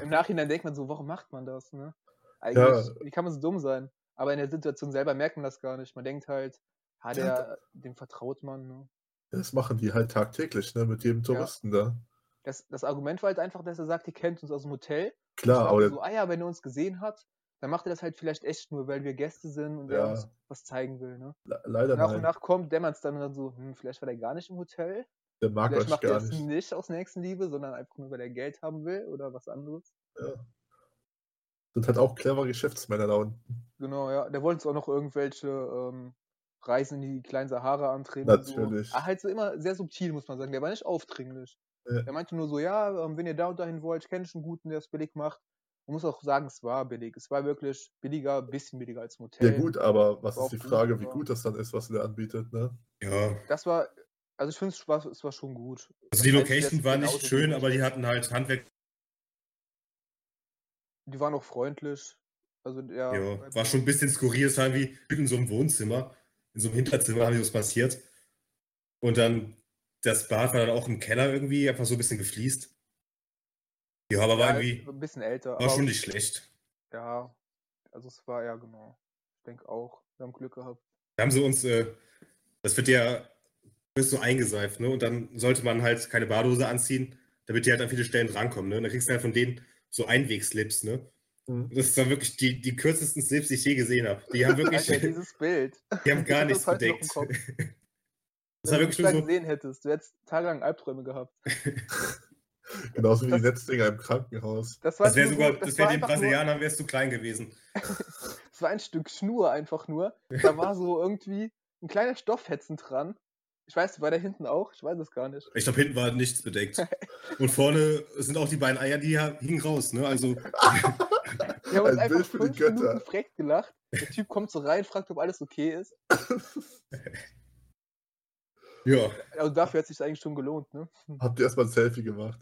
Speaker 3: Im Nachhinein denkt man so, warum macht man das, ne? Eigentlich,
Speaker 2: Ja.
Speaker 3: wie kann man so dumm sein? Aber in der Situation selber merkt man das gar nicht. Man denkt halt, hat
Speaker 2: Ja,
Speaker 3: er, dem vertraut man, ne?
Speaker 2: Das machen die halt tagtäglich, ne, mit jedem Touristen da.
Speaker 3: Das, das Argument war halt einfach, dass er sagt, ihr kennt uns aus dem Hotel. Ich
Speaker 2: Klar,
Speaker 3: dachte
Speaker 2: aber der,
Speaker 3: so, ah ja, wenn er uns gesehen hat, dann macht er das halt vielleicht echt nur, weil wir Gäste sind und
Speaker 2: Ja.
Speaker 3: er uns was zeigen will, ne?
Speaker 2: le- leider
Speaker 3: Nach
Speaker 2: nein,
Speaker 3: und nach kommt, dämmert es dann, und dann so, hm, vielleicht war der gar nicht im Hotel.
Speaker 2: der mag
Speaker 3: Vielleicht
Speaker 2: euch
Speaker 3: macht er
Speaker 2: gar
Speaker 3: es
Speaker 2: nicht.
Speaker 3: nicht aus Nächstenliebe, sondern einfach nur, weil er Geld haben will oder was anderes.
Speaker 2: Sind halt auch clevere Geschäftsmänner da unten.
Speaker 3: Genau, ja. Der wollte uns auch noch irgendwelche ähm, Reisen in die kleinen Sahara antreten.
Speaker 2: Natürlich.
Speaker 3: So. Ah, halt so immer sehr subtil, muss man sagen. Der war nicht aufdringlich.
Speaker 2: Ja.
Speaker 3: Der meinte nur so, ja, ähm, wenn ihr da und dahin wollt, ich kenne schon einen guten, der es billig macht. Man muss auch sagen, es war billig. Es war wirklich billiger, ein bisschen billiger als im
Speaker 2: Ja
Speaker 3: Hotel.
Speaker 2: gut, aber was
Speaker 3: War
Speaker 2: ist
Speaker 3: auch
Speaker 2: die
Speaker 3: gut,
Speaker 2: Frage, wie
Speaker 3: aber-
Speaker 2: gut das dann ist, was der anbietet, ne?
Speaker 1: Ja.
Speaker 3: Das war, also ich finde, es war, es war schon gut.
Speaker 1: Also die
Speaker 3: Das heißt,
Speaker 1: Location
Speaker 3: das
Speaker 1: war
Speaker 3: genauso
Speaker 1: nicht schön,
Speaker 3: gut.
Speaker 1: aber die hatten halt Handwerk.
Speaker 3: Die waren auch freundlich. Also der
Speaker 1: Ja, war schon ein bisschen skurril. Es war wie in so einem Wohnzimmer, in so einem Hinterzimmer haben die uns passiert. Und dann das Bad war dann auch im Keller irgendwie, einfach so ein bisschen gefliest. Ja, aber war
Speaker 3: ja,
Speaker 1: irgendwie,
Speaker 3: ein bisschen älter.
Speaker 1: war
Speaker 3: aber-
Speaker 1: schon nicht schlecht.
Speaker 3: Ja, also es war, ja genau. Ich denke auch, wir haben Glück gehabt.
Speaker 1: Da haben sie uns, äh, das wird ja, wirst so eingeseift, ne? Und dann sollte man halt keine Badehose anziehen, damit die halt an viele Stellen drankommen, ne? Und dann kriegst du halt von denen so Einwegslips, ne?
Speaker 2: Mhm.
Speaker 1: Das ist dann wirklich die, die kürzesten Slips, die ich je gesehen habe. Die haben wirklich,
Speaker 3: Alter, dieses Bild.
Speaker 1: die haben gar
Speaker 3: das
Speaker 1: nichts
Speaker 3: ist heute noch im
Speaker 1: bedeckt.
Speaker 3: Kopf.
Speaker 1: Das
Speaker 3: Wenn
Speaker 1: war
Speaker 3: du mich
Speaker 1: wirklich
Speaker 3: da
Speaker 1: nur so,
Speaker 3: gesehen hättest, du hättest tagelang Albträume gehabt.
Speaker 2: Genauso wie die
Speaker 3: Das-
Speaker 2: Netzdinger im Krankenhaus.
Speaker 3: Das, war
Speaker 1: das wäre
Speaker 3: nur
Speaker 1: sogar,
Speaker 3: so-
Speaker 1: das wäre den
Speaker 3: einfach nur,
Speaker 1: Brasilianern wärst du klein gewesen.
Speaker 3: das war ein Stück Schnur einfach nur. Da war so irgendwie ein kleiner Stoffhetzen dran. Ich weiß, war der hinten auch? Ich weiß es gar nicht.
Speaker 1: Ich glaube, hinten war halt nichts bedeckt. Und vorne sind auch die beiden Eier, die ha- hingen raus, ne? Also,
Speaker 3: Wir haben uns
Speaker 2: Ein
Speaker 3: einfach
Speaker 2: Bild für die
Speaker 3: fünf Minuten
Speaker 2: Götter.
Speaker 3: freckt gelacht. Der Typ kommt so rein, fragt, ob alles okay ist.
Speaker 1: ja,
Speaker 3: Also dafür hat es sich eigentlich schon gelohnt, ne?
Speaker 2: Habt ihr erstmal ein Selfie gemacht?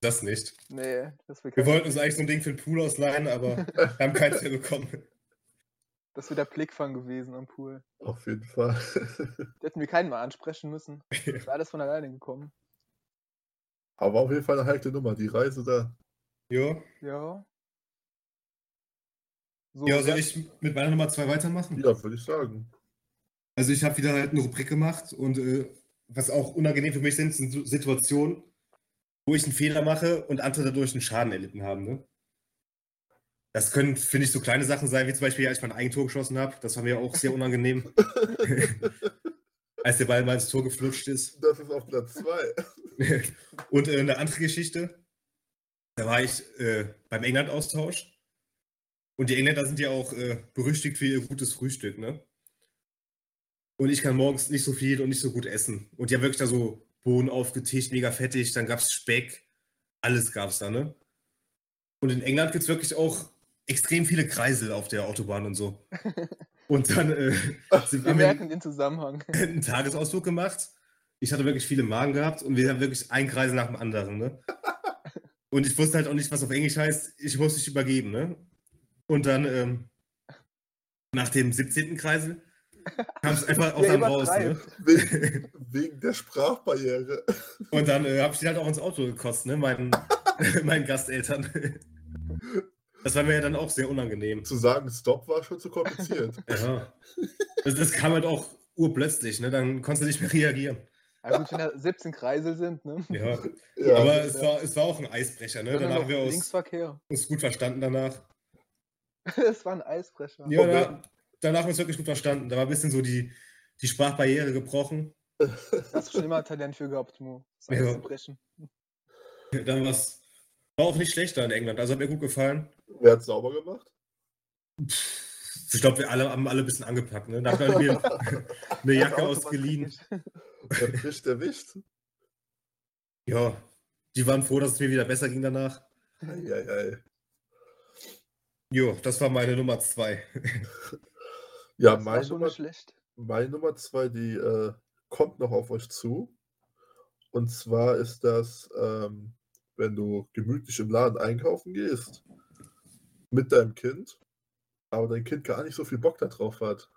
Speaker 1: das nicht.
Speaker 3: Nee, das wir
Speaker 1: Wir
Speaker 3: kein,
Speaker 1: wollten uns eigentlich so ein Ding für den Pool ausleihen, aber wir haben keins mehr bekommen.
Speaker 3: das wäre der Blickfang gewesen am Pool.
Speaker 2: Auf jeden Fall.
Speaker 3: Da hätten wir keinen mal ansprechen müssen. Das ist alles von alleine gekommen.
Speaker 2: aber auf jeden Fall eine heikle Nummer, die Reise da.
Speaker 1: Ja.
Speaker 3: Ja. So,
Speaker 1: Ja, soll
Speaker 3: das-
Speaker 1: ich mit meiner Nummer 2 weitermachen?
Speaker 2: Ja, würde ich sagen.
Speaker 1: Also ich habe wieder halt eine Rubrik gemacht und äh, was auch unangenehm für mich sind, sind so Situationen, wo ich einen Fehler mache und andere dadurch einen Schaden erlitten haben. Ne? Das können, finde ich, so kleine Sachen sein, wie zum Beispiel, als ich mein Eigentor geschossen habe. Das war mir auch sehr unangenehm, als der Ball mal ins Tor geflutscht ist.
Speaker 2: das ist auf Platz 2.
Speaker 1: Und äh, eine andere Geschichte, da war ich äh, beim England-Austausch. Und die Engländer sind ja auch äh, berüchtigt für ihr gutes Frühstück, ne? Und ich kann morgens nicht so viel und nicht so gut essen. Und die haben wirklich da so Bohnen aufgetischt, mega fettig, dann gab's Speck, alles gab's da, ne? Und in England gibt's wirklich auch extrem viele Kreisel auf der Autobahn und so. Und dann äh, sind
Speaker 3: wir merken den Zusammenhang.
Speaker 1: einen Tagesausflug gemacht ich hatte wirklich viele Magen gehabt und wir haben wirklich einen Kreis nach dem anderen, ne? Und ich wusste halt auch nicht, was auf Englisch heißt. Ich musste mich übergeben, ne? Und dann, ähm, nach dem 17. Kreisel, kam es einfach aus
Speaker 3: Der
Speaker 1: einem raus, ne?
Speaker 3: übertreibt.
Speaker 2: Wegen, wegen der Sprachbarriere.
Speaker 1: Und dann äh, habe ich den halt auch ins Auto gekotzt, ne? Meinen, meinen Gasteltern. Das war mir ja dann auch sehr unangenehm.
Speaker 2: Zu sagen, Stop war schon zu kompliziert.
Speaker 1: Ja. Das, das kam halt auch urplötzlich, ne? Dann konntest du nicht mehr reagieren.
Speaker 3: Aber gut, wenn da 17 Kreisel sind, ne?
Speaker 1: Ja.
Speaker 2: Ja,
Speaker 1: Aber es war, es war auch ein Eisbrecher, ne?
Speaker 3: Dann
Speaker 1: Danach
Speaker 3: noch
Speaker 1: haben wir uns,
Speaker 3: Linksverkehr.
Speaker 1: uns gut verstanden danach.
Speaker 3: Das war ein Eisbrecher.
Speaker 1: Ja,
Speaker 2: Okay.
Speaker 1: da, danach haben wir uns wirklich gut verstanden. Da war ein bisschen so die, die Sprachbarriere gebrochen.
Speaker 3: Da hast du schon immer Talent für gehabt, Mo. Das
Speaker 1: Ja.
Speaker 3: Eis zu brechen.
Speaker 1: Dann war's, war auch nicht schlechter in England. Also hat mir gut gefallen.
Speaker 2: wer hat sauber gemacht?
Speaker 1: Ich glaube, wir alle haben alle ein bisschen angepackt. Ne? Da hat man mir eine Jacke
Speaker 3: Autobahn-
Speaker 1: ausgeliehen.
Speaker 2: Der Fisch erwischt.
Speaker 1: Ja, die waren froh, dass es mir wieder besser ging danach.
Speaker 2: Eieiei.
Speaker 1: Jo, das war meine Nummer zwei.
Speaker 2: Ja,
Speaker 3: Das war
Speaker 2: meine
Speaker 3: schon nicht
Speaker 2: Nummer,
Speaker 3: schlecht.
Speaker 2: meine Nummer zwei, die äh, kommt noch auf euch zu. Und zwar ist das, ähm, wenn du gemütlich im Laden einkaufen gehst mit deinem Kind, aber dein Kind gar nicht so viel Bock darauf hat.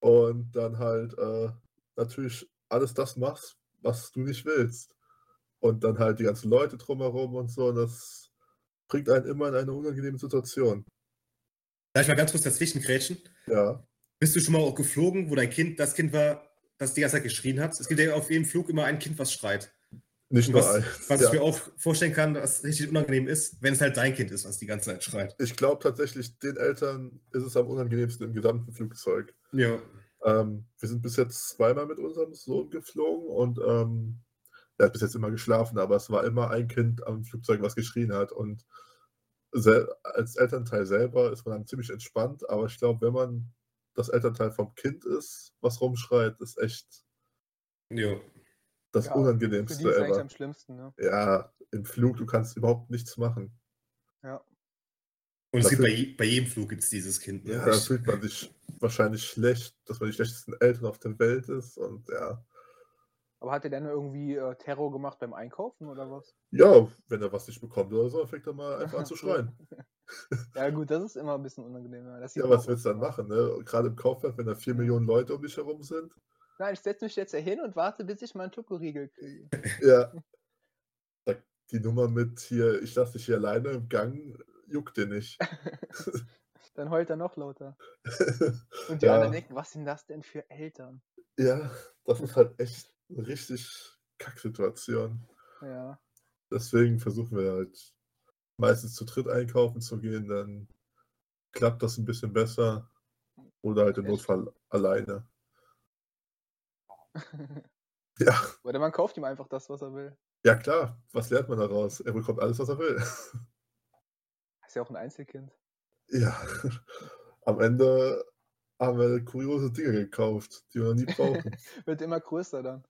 Speaker 2: Und dann halt äh, natürlich alles das machst, was du nicht willst. Und dann halt die ganzen Leute drumherum und so. Und das bringt einen immer in eine unangenehme Situation.
Speaker 1: Darf ich mal ganz kurz dazwischen grätschen?
Speaker 2: Ja.
Speaker 1: Bist du schon mal auch geflogen, wo dein Kind das Kind war, das die ganze Zeit geschrien hat? Es gibt ja auf jedem Flug immer ein Kind, was schreit.
Speaker 2: Nicht
Speaker 1: Und
Speaker 2: nur
Speaker 1: was-
Speaker 2: eins.
Speaker 1: Was
Speaker 2: ja.
Speaker 1: ich mir auch vorstellen kann, was richtig unangenehm ist, wenn es halt dein Kind ist, was die ganze Zeit schreit.
Speaker 2: Ich glaube tatsächlich, den Eltern ist es am unangenehmsten im gesamten Flugzeug.
Speaker 1: Ja.
Speaker 2: Ähm, wir sind bis jetzt zweimal mit unserem Sohn geflogen und ähm, er hat bis jetzt immer geschlafen, aber es war immer ein Kind am Flugzeug, was geschrien hat. Und sel- als Elternteil selber ist man dann ziemlich entspannt, aber ich glaube, wenn man das Elternteil vom Kind ist, was rumschreit, ist echt
Speaker 1: Ja.
Speaker 2: das
Speaker 3: Ja, Für die
Speaker 2: Unangenehmste
Speaker 3: ist eigentlich
Speaker 2: ever.
Speaker 3: am schlimmsten, ne?
Speaker 2: Ja, im Flug, du kannst überhaupt nichts machen.
Speaker 1: Und es
Speaker 2: Das
Speaker 1: gibt
Speaker 2: ist-
Speaker 1: bei, je, bei jedem Flug gibt es dieses Kind. Ne?
Speaker 2: Ja, da
Speaker 1: ich,
Speaker 2: fühlt man sich wahrscheinlich schlecht, dass man die schlechtesten Eltern auf der Welt ist und ja.
Speaker 3: Aber hat er dann irgendwie äh, Terror gemacht beim Einkaufen oder was?
Speaker 2: Ja, wenn er was nicht bekommt oder so, fängt er mal einfach an zu
Speaker 3: Ach so.
Speaker 2: schreien.
Speaker 3: Ja gut, das ist immer ein bisschen unangenehm. Ja, das sieht
Speaker 2: Ja,
Speaker 3: man
Speaker 2: was
Speaker 3: auch
Speaker 2: willst du dann
Speaker 3: immer.
Speaker 2: machen, ne? Und Gerade im Kaufland, wenn da vier Millionen Leute um dich herum sind.
Speaker 3: Nein, ich setze mich jetzt hier hin und warte, bis ich mal einen Schokoriegel kriege.
Speaker 2: Ja. Sag, Die Nummer mit hier, ich lasse dich hier alleine im Gang, juckt dir nicht.
Speaker 3: Dann heult er noch lauter. Und die
Speaker 2: Ja.
Speaker 3: anderen denken, was sind das denn für Eltern?
Speaker 2: ja, das ist halt echt eine richtig Kacksituation.
Speaker 3: Ja.
Speaker 2: Deswegen versuchen wir halt meistens zu dritt einkaufen zu gehen, dann klappt das ein bisschen besser. Oder halt im
Speaker 3: Echt?
Speaker 2: Notfall alleine. Ja,
Speaker 3: Oder man kauft ihm einfach das, was er will.
Speaker 2: ja klar, was lernt man daraus? Er bekommt alles, was er will.
Speaker 3: Ist ja auch ein Einzelkind.
Speaker 2: Ja, am Ende haben wir kuriose Dinge gekauft, die wir noch nie brauchen.
Speaker 3: Wird immer größer dann.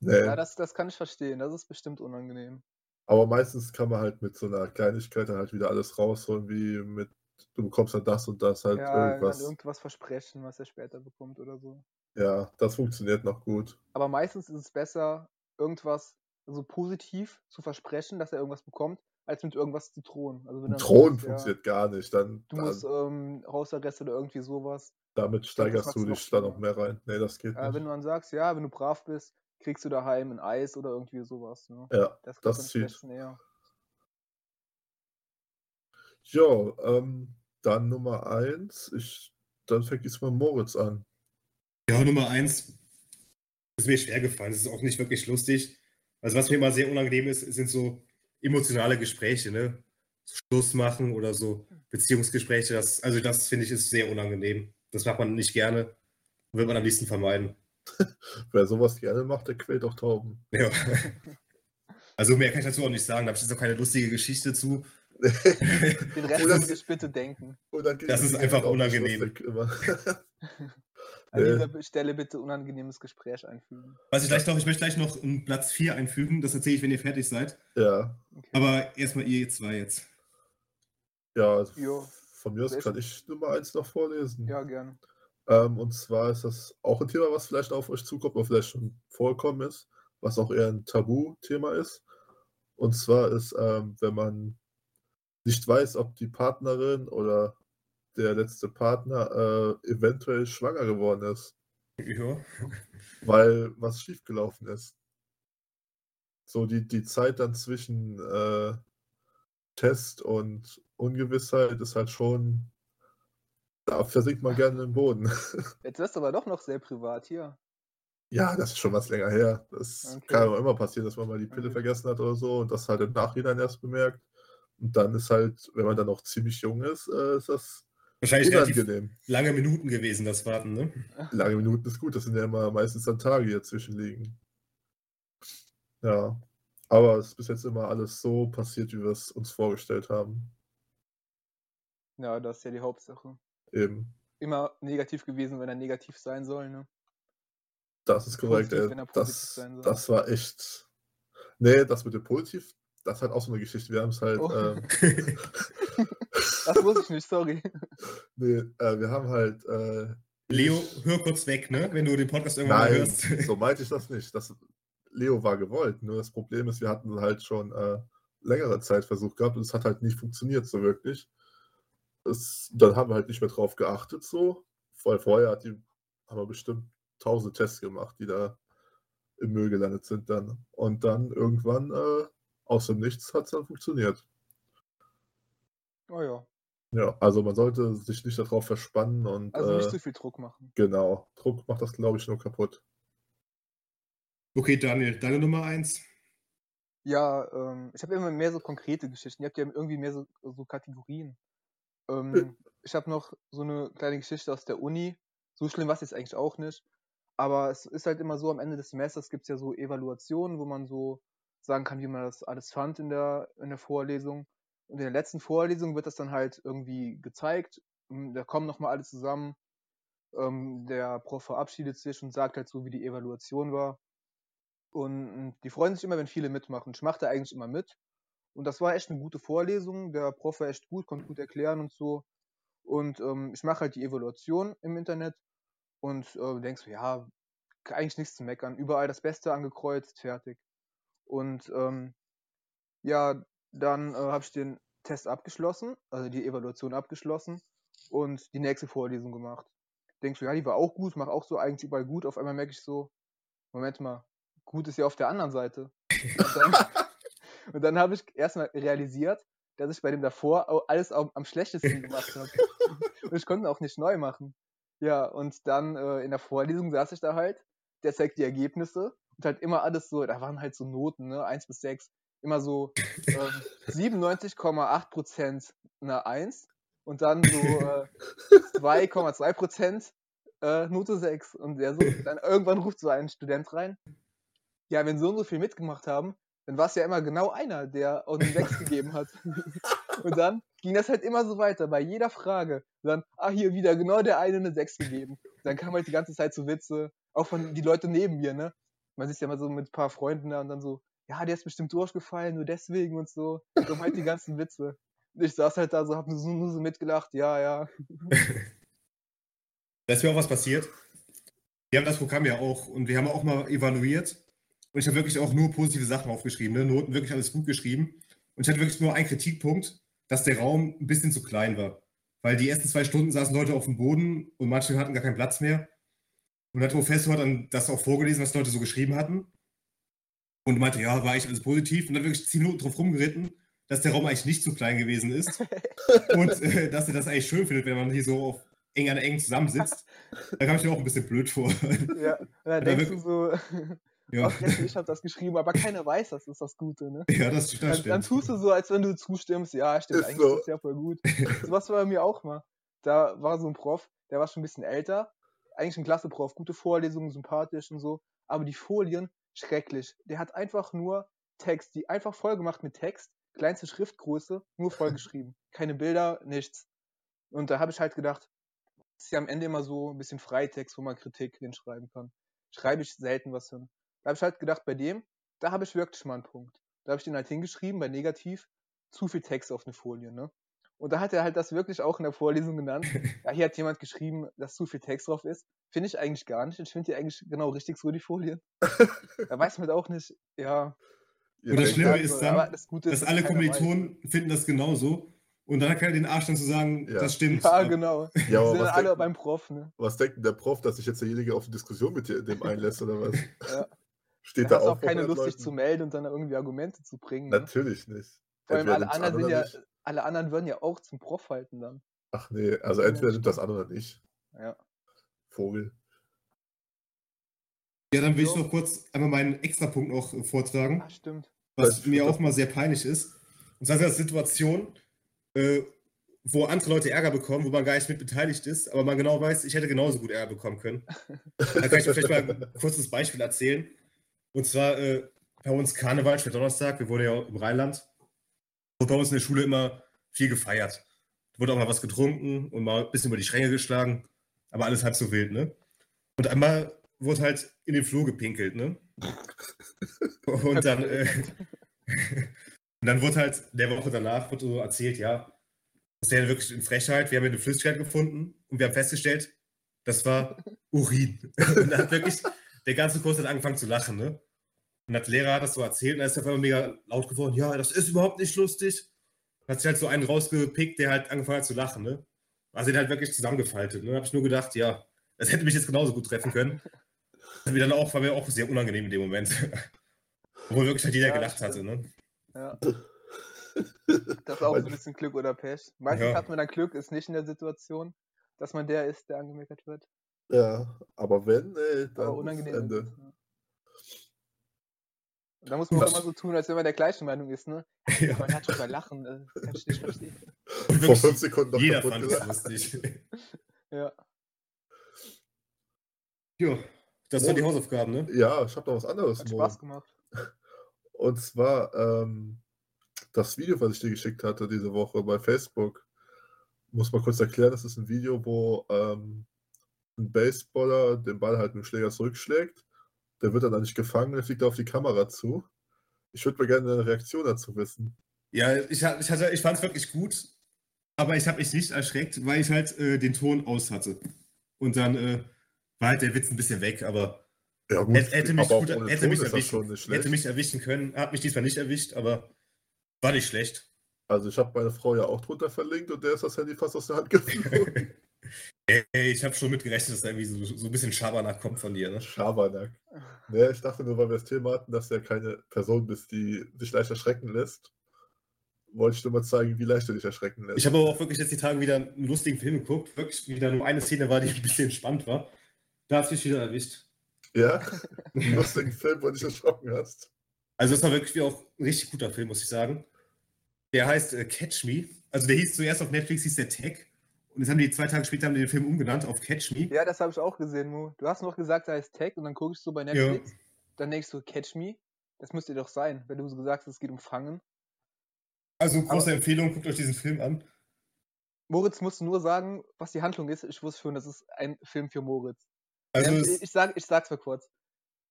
Speaker 2: Nee,
Speaker 3: Ja, das, das kann ich verstehen. Das ist bestimmt unangenehm.
Speaker 2: aber meistens kann man halt mit so einer Kleinigkeit dann halt wieder alles rausholen, wie mit, du bekommst dann das und das halt
Speaker 3: ja, irgendwas.
Speaker 2: irgendwas.
Speaker 3: irgendwas versprechen, was er später bekommt oder so.
Speaker 2: Ja, das funktioniert noch gut.
Speaker 3: Aber meistens ist es besser, irgendwas so positiv zu versprechen, dass er irgendwas bekommt, als mit irgendwas zu drohen. Also wenn dann
Speaker 2: Drohnen
Speaker 3: sagst,
Speaker 2: funktioniert also gar nicht, dann,
Speaker 3: Ja, du
Speaker 2: dann
Speaker 3: musst ähm, Hausarrest oder irgendwie sowas.
Speaker 2: damit
Speaker 3: das
Speaker 2: steigerst
Speaker 3: macht's
Speaker 2: du
Speaker 3: noch
Speaker 2: dich dann noch
Speaker 3: schlimmer.
Speaker 2: mehr rein. Nee, das geht
Speaker 3: Äh, wenn
Speaker 2: nicht.
Speaker 3: du dann sagst, ja, wenn du brav bist, kriegst du daheim ein Eis oder irgendwie sowas. Ne?
Speaker 2: Ja,
Speaker 3: Das,
Speaker 2: das
Speaker 3: kommt am
Speaker 2: zieht.
Speaker 3: besten eher.
Speaker 2: jo, ähm, dann Nummer eins. Ich, dann fängt diesmal Moritz an.
Speaker 1: ja, Nummer eins. Ist mir schwer gefallen. Das ist auch nicht wirklich lustig. Also, was mir immer sehr unangenehm ist, sind so emotionale Gespräche, ne? So Schluss machen oder so Beziehungsgespräche. Das, also, das finde ich ist sehr unangenehm. Das macht man nicht gerne. Will man am liebsten vermeiden.
Speaker 2: Wer sowas gerne macht, der quält auch Tauben.
Speaker 1: Ja. Also, mehr kann ich dazu auch nicht sagen. Da habe ich jetzt auch keine lustige Geschichte zu.
Speaker 3: Den Rest
Speaker 2: Oder-
Speaker 3: muss ich bitte denken.
Speaker 2: Und dann geht
Speaker 1: Das
Speaker 2: es
Speaker 1: ist
Speaker 2: die
Speaker 1: einfach
Speaker 2: Kinder auch nicht
Speaker 1: unangenehm.
Speaker 2: lustig Immer.
Speaker 3: An
Speaker 2: Äh.
Speaker 3: dieser Stelle bitte unangenehmes Gespräch einfügen.
Speaker 1: Was ich gleich noch, ich möchte gleich noch einen Platz 4 einfügen. Das erzähle ich, wenn ihr fertig seid.
Speaker 2: ja,
Speaker 3: Okay.
Speaker 1: Aber erstmal ihr zwei jetzt.
Speaker 2: ja.
Speaker 3: Jo.
Speaker 2: Von mir aus
Speaker 3: Selbst-
Speaker 2: kann ich Nummer eins noch vorlesen.
Speaker 3: Ja, gerne.
Speaker 2: Ähm, und zwar ist das auch ein Thema, was vielleicht auf euch zukommt, oder vielleicht schon vorgekommen ist, was auch eher ein Tabuthema ist. Und zwar ist, ähm, wenn man nicht weiß, ob die Partnerin oder der letzte Partner äh, eventuell schwanger geworden ist,
Speaker 4: Ja.
Speaker 2: weil was schiefgelaufen ist. So die, die Zeit dann zwischen äh, Test und Ungewissheit ist halt schon, da versinkt man gerne im Boden.
Speaker 3: Jetzt ist aber doch noch sehr privat hier.
Speaker 2: Ja, das ist schon was länger her. Das
Speaker 3: Okay.
Speaker 2: kann auch immer passieren, dass man mal die Pille
Speaker 3: Mhm.
Speaker 2: vergessen hat oder so und das halt im Nachhinein erst bemerkt. Und dann ist halt, wenn man dann noch ziemlich jung ist, äh, ist das
Speaker 4: Wahrscheinlich relativ
Speaker 2: unangenehm.
Speaker 4: lange Minuten gewesen, das Warten, ne?
Speaker 2: Lange Minuten ist gut, das sind ja immer meistens dann Tage, die dazwischen liegen. Ja, aber es ist bis jetzt immer alles so passiert, wie wir es uns vorgestellt haben.
Speaker 3: Ja, das ist ja die Hauptsache.
Speaker 2: Eben,
Speaker 3: Immer negativ gewesen, wenn er negativ sein soll, ne?
Speaker 2: das ist korrekt,
Speaker 3: Positiv,
Speaker 2: ey.
Speaker 3: wenn er positiv
Speaker 2: Das,
Speaker 3: sein soll.
Speaker 2: das war echt. Nee, das mit dem Positiv, das ist halt auch so eine Geschichte. Wir haben es halt.
Speaker 3: Oh.
Speaker 2: Ähm,
Speaker 4: ne?
Speaker 3: Das wusste ich nicht, sorry.
Speaker 2: nee, äh, wir haben halt. Äh,
Speaker 4: Leo, hör kurz weg, ne? Wenn du den Podcast irgendwann mal
Speaker 2: Nein,
Speaker 4: hörst.
Speaker 2: so meinte ich das nicht. Das, Leo war gewollt. Nur das Problem ist, wir hatten halt schon äh, längere Zeit Versuch gehabt und es hat halt nicht funktioniert so wirklich. Es, dann haben wir halt nicht mehr drauf geachtet so. Weil vorher hat die, haben wir bestimmt tausend Tests gemacht, die da im Müll gelandet sind dann. Und dann irgendwann äh, aus dem Nichts hat es dann funktioniert.
Speaker 3: Oh ja.
Speaker 2: Ja, also man sollte sich nicht darauf verspannen und
Speaker 3: Also nicht
Speaker 2: äh,
Speaker 3: zu viel Druck machen.
Speaker 2: genau. Druck macht das, glaube ich, nur kaputt.
Speaker 4: Okay, Daniel, deine Nummer eins.
Speaker 3: Ja, ähm, ich habe immer mehr so konkrete Geschichten. Ihr habt ja irgendwie mehr so, so Kategorien. Ähm, ich habe noch so eine kleine Geschichte aus der Uni. So schlimm war es jetzt eigentlich auch nicht. Aber es ist halt immer so, am Ende des Semesters gibt es ja so Evaluationen, wo man so sagen kann, wie man das alles fand in der, in der Vorlesung. Und in der letzten Vorlesung wird das dann halt irgendwie gezeigt. Und Da kommen nochmal alle zusammen. Ähm, der Prof verabschiedet sich und sagt halt so, wie die Evaluation war. Und hm, die freuen sich immer, wenn viele mitmachen. Ich mache da eigentlich immer mit. Und das war echt eine gute Vorlesung. Der Prof war echt gut, konnte gut erklären und so. Und ähm, ich mache halt die Evaluation im Internet und äh, denkst so, ja, eigentlich nichts zu meckern. Überall das Beste angekreuzt, fertig. Und ähm, ja, dann äh, habe ich den Test abgeschlossen, also die Evaluation abgeschlossen und die nächste Vorlesung gemacht. Denkst so, ja, die war auch gut, mach auch so eigentlich überall gut. Auf einmal merke ich so, Moment mal, gut ist ja auf der anderen Seite. Und dann, und dann habe ich erstmal realisiert, dass ich bei dem davor au- alles am, am schlechtesten gemacht habe. Und ich konnte auch nicht neu machen. Ja, und dann äh, in der Vorlesung saß ich da halt, der zeigt die Ergebnisse und halt immer alles so, da waren halt so Noten, ne, 1 bis 6, immer so ähm, 97,8 Prozent eine 1 und dann so äh, 2,2 Prozent äh, Note 6. Und der so, dann irgendwann ruft so ein Student rein, ja, wenn so und so viel mitgemacht haben, dann war es ja immer genau einer, der auch den Sechs gegeben hat. Und dann ging das halt immer so weiter, bei jeder Frage. Und dann, ah, hier wieder genau der eine eine Sechs gegeben. Und dann kam halt die ganze Zeit so Witze, auch von die Leute neben mir, ne? Man sitzt ja mal so mit ein paar Freunden da und dann so, ja, der ist bestimmt durchgefallen, nur deswegen und so. Und dann halt die ganzen Witze. Und ich saß halt da so, hab nur so, nur so mitgelacht, ja, ja.
Speaker 4: Da ist mir auch was passiert. Wir haben das Programm ja auch und wir haben auch mal evaluiert. Und ich habe wirklich auch nur positive Sachen aufgeschrieben, ne? Noten wirklich alles gut geschrieben. Und ich hatte wirklich nur einen Kritikpunkt, dass der Raum ein bisschen zu klein war. Weil die ersten zwei Stunden saßen Leute auf dem Boden und manche hatten gar keinen Platz mehr. Und der Professor hat dann das auch vorgelesen, was die Leute so geschrieben hatten. Und meinte, ja, war eigentlich alles positiv. Und dann wirklich zehn Minuten drauf rumgeritten, dass der Raum eigentlich nicht zu klein gewesen ist. und äh, dass er das eigentlich schön findet, wenn man hier so auf eng an eng zusammensitzt. Da kam ich mir auch ein bisschen blöd vor.
Speaker 3: ja. Und dann denkst du so,
Speaker 4: ja.
Speaker 3: "Ach, Jesse, ich habe das geschrieben, aber keiner weiß, das ist das Gute, ne?
Speaker 4: ja, das, das
Speaker 3: Dann,
Speaker 4: stimmt.
Speaker 3: dann tust du so, als wenn du zustimmst, ja, stimmt,
Speaker 2: Ist
Speaker 3: eigentlich
Speaker 2: so.
Speaker 3: ist das ja voll gut. So was war bei mir auch mal. Da war so ein Prof, der war schon ein bisschen älter, eigentlich ein klasse Prof, gute Vorlesungen, sympathisch und so, aber die Folien, schrecklich. Der hat einfach nur Text, die einfach voll gemacht mit Text, kleinste Schriftgröße, nur voll geschrieben. Keine Bilder, nichts. Und da habe ich halt gedacht, ist ja am Ende immer so ein bisschen Freitext, wo man Kritik hinschreiben kann. Schreibe ich selten was hin. Da habe ich halt gedacht, bei dem, da habe ich wirklich mal einen Punkt. Da habe ich den halt hingeschrieben, bei negativ, zu viel Text auf eine Folie, ne? Und da hat er halt das wirklich auch in der Vorlesung genannt. Ja, hier hat jemand geschrieben, dass zu viel Text drauf ist. Finde ich eigentlich gar nicht. Ich finde die eigentlich genau richtig so, die Folien. da weiß man halt auch nicht, ja.
Speaker 2: Ihr
Speaker 1: Und das
Speaker 2: denkt
Speaker 1: Schlimme
Speaker 2: halt,
Speaker 1: ist dann,
Speaker 3: aber das Gute
Speaker 1: dass
Speaker 3: ist,
Speaker 1: alle
Speaker 3: keiner
Speaker 1: Kommilitonen finden das genauso. Und dann hat keiner den Arsch dann zu sagen,
Speaker 2: Ja.
Speaker 1: das
Speaker 3: weiß.
Speaker 1: stimmt.
Speaker 3: Ja, genau. Die
Speaker 2: ja, aber
Speaker 3: sind
Speaker 2: was,
Speaker 3: alle
Speaker 2: denkt,
Speaker 3: beim Prof, ne?
Speaker 2: was denkt denn der Prof, dass sich jetzt derjenige auf eine Diskussion mit dir- dem einlässt oder was?
Speaker 3: Ja.
Speaker 2: Steht
Speaker 3: da
Speaker 2: da
Speaker 3: hast du
Speaker 2: auch
Speaker 3: auch keine
Speaker 2: 100
Speaker 3: Lust, sich
Speaker 2: Leuten?
Speaker 3: zu melden und dann irgendwie Argumente zu bringen. Ne?
Speaker 2: Natürlich nicht.
Speaker 3: Vor allem
Speaker 2: Entweder
Speaker 3: alle
Speaker 2: nimmt's an
Speaker 3: anderen, sind
Speaker 2: oder
Speaker 3: ja,
Speaker 2: nicht.
Speaker 3: alle anderen würden ja auch zum Prof halten dann.
Speaker 2: Ach nee, also
Speaker 3: Ja,
Speaker 2: entweder nimmt das an oder nicht.
Speaker 3: Ja.
Speaker 2: Vogel.
Speaker 1: Ja, dann will ich
Speaker 3: Ja.
Speaker 1: noch kurz einmal meinen Extrapunkt noch äh, vortragen.
Speaker 3: Ah, stimmt.
Speaker 1: was
Speaker 2: Das-
Speaker 1: mir
Speaker 2: das-
Speaker 1: auch mal sehr peinlich ist. Und zwar sind das Situationen, äh, wo andere Leute Ärger bekommen, wo man gar nicht mit beteiligt ist, aber man genau weiß, ich hätte genauso gut Ärger bekommen können. Da kann ich euch vielleicht mal ein kurzes Beispiel erzählen. Und zwar äh, bei uns Karneval, für Donnerstag, wir wohnen ja im Rheinland, wurde bei uns in der Schule immer viel gefeiert. Wurde auch mal was getrunken und mal ein bisschen über die Schränke geschlagen, aber alles halb so wild, ne? Und einmal wurde halt in den Flur gepinkelt, ne? Und dann, äh, und dann wurde halt der Woche danach wurde so erzählt, ja, das wäre wirklich eine Frechheit. Wir haben eine Flüssigkeit gefunden und wir haben festgestellt, das war Urin. Und da hat wirklich der ganze Kurs hat angefangen zu lachen, ne? Und hat der Lehrer hat das so erzählt und er ist auf einmal mega laut geworden, ja, das ist überhaupt nicht lustig. Und hat sich halt so einen rausgepickt, der halt angefangen hat zu lachen, ne? Also den halt wirklich zusammengefaltet, ne? Hab ich nur gedacht, ja, das hätte mich jetzt genauso gut treffen können. Das war mir dann auch, war mir auch sehr unangenehm in dem Moment. Obwohl wirklich halt jeder
Speaker 3: Ja,
Speaker 1: gelacht
Speaker 3: stimmt.
Speaker 1: hatte, ne?
Speaker 3: Ja. Das ist auch so ein bisschen Glück oder Pech. Meistens
Speaker 1: Ja.
Speaker 3: hat man dann Glück, ist nicht in der Situation, dass man der ist, der angemeckert wird.
Speaker 2: Ja, aber wenn, ey, dann
Speaker 3: Aber
Speaker 2: ist
Speaker 3: unangenehm. ist
Speaker 2: Ende.
Speaker 3: es, ja. Und da muss man auch
Speaker 1: Was-
Speaker 3: immer so tun, als wenn man der gleichen Meinung ist, ne?
Speaker 1: Ja.
Speaker 3: Man hat drüber lachen, äh, kann ich nicht verstehen.
Speaker 1: Und
Speaker 2: Vor
Speaker 1: wirklich
Speaker 2: fünf Sekunden noch
Speaker 1: jeder
Speaker 2: kaputt
Speaker 1: fand es
Speaker 2: gesagt.
Speaker 1: lustig.
Speaker 3: Ja.
Speaker 1: Ja, das waren die Hausaufgaben, ne?
Speaker 2: Ja, ich habe noch was anderes.
Speaker 3: Hat
Speaker 2: Mo.
Speaker 3: Spaß gemacht.
Speaker 2: Und zwar ähm, das Video, was ich dir geschickt hatte diese Woche bei Facebook. Muss mal kurz erklären, das ist ein Video, wo ähm, ein Baseballer den Ball halt mit dem Schläger zurückschlägt. Der wird dann da nicht gefangen, der fliegt auf die Kamera zu. Ich würde mal gerne deine Reaktion dazu wissen.
Speaker 1: Ja, ich, ha- ich, hatte- ich fand es wirklich gut, aber ich habe mich nicht erschreckt, weil ich halt äh, den Ton aus hatte. Und dann äh, war halt der Witz ein bisschen weg, aber
Speaker 2: Ja, gut,
Speaker 1: hätte, hätte mich,
Speaker 2: aber auch
Speaker 1: gut,
Speaker 2: ohne
Speaker 1: hätte
Speaker 2: Ton
Speaker 1: mich,
Speaker 2: ist das schon
Speaker 1: erwischen,
Speaker 2: nicht schlecht.
Speaker 1: hätte mich erwischen können. Hat mich diesmal nicht erwischt, aber war nicht schlecht.
Speaker 2: Also ich habe meine Frau ja auch drunter verlinkt und der ist das Handy fast aus der Hand geflogen.
Speaker 1: Ey, ey, ich habe schon mitgerechnet, dass da irgendwie so, so ein bisschen Schabernack kommt von dir. Ne?
Speaker 2: Schabernack. Nee, ich dachte nur, weil wir das Thema hatten, dass du ja keine Person bist, die sich leicht erschrecken lässt. Wollte ich nur mal zeigen, wie leicht du dich erschrecken lässt.
Speaker 1: Ich habe aber auch wirklich jetzt die Tage wieder einen lustigen Film geguckt. Wirklich wieder nur eine Szene war, die ein bisschen spannend war. Da hat mich wieder erwischt.
Speaker 2: ja? Einen lustigen Film, wo du dich erschrocken hast.
Speaker 1: Also das war wirklich auch ein richtig guter Film, muss ich sagen. Der heißt äh, Catch Me. Also der hieß zuerst auf Netflix, hieß der Tag. Und jetzt haben die zwei Tage später haben die den Film umgenannt auf Catch Me.
Speaker 3: Ja, das habe ich auch gesehen, Mo. Du hast noch gesagt, er heißt Tag und dann gucke ich so bei Netflix. Dann denkst du, Catch Me. Das müsste doch sein, wenn du so gesagt hast, es geht um Fangen.
Speaker 1: Also große Empfehlung, guckt euch diesen Film an.
Speaker 3: Moritz musste nur sagen, was die Handlung ist. Ich wusste schon, das ist ein Film für Moritz.
Speaker 1: Also
Speaker 3: Ähm,
Speaker 1: es-
Speaker 3: ich, sag, ich sag's mal kurz.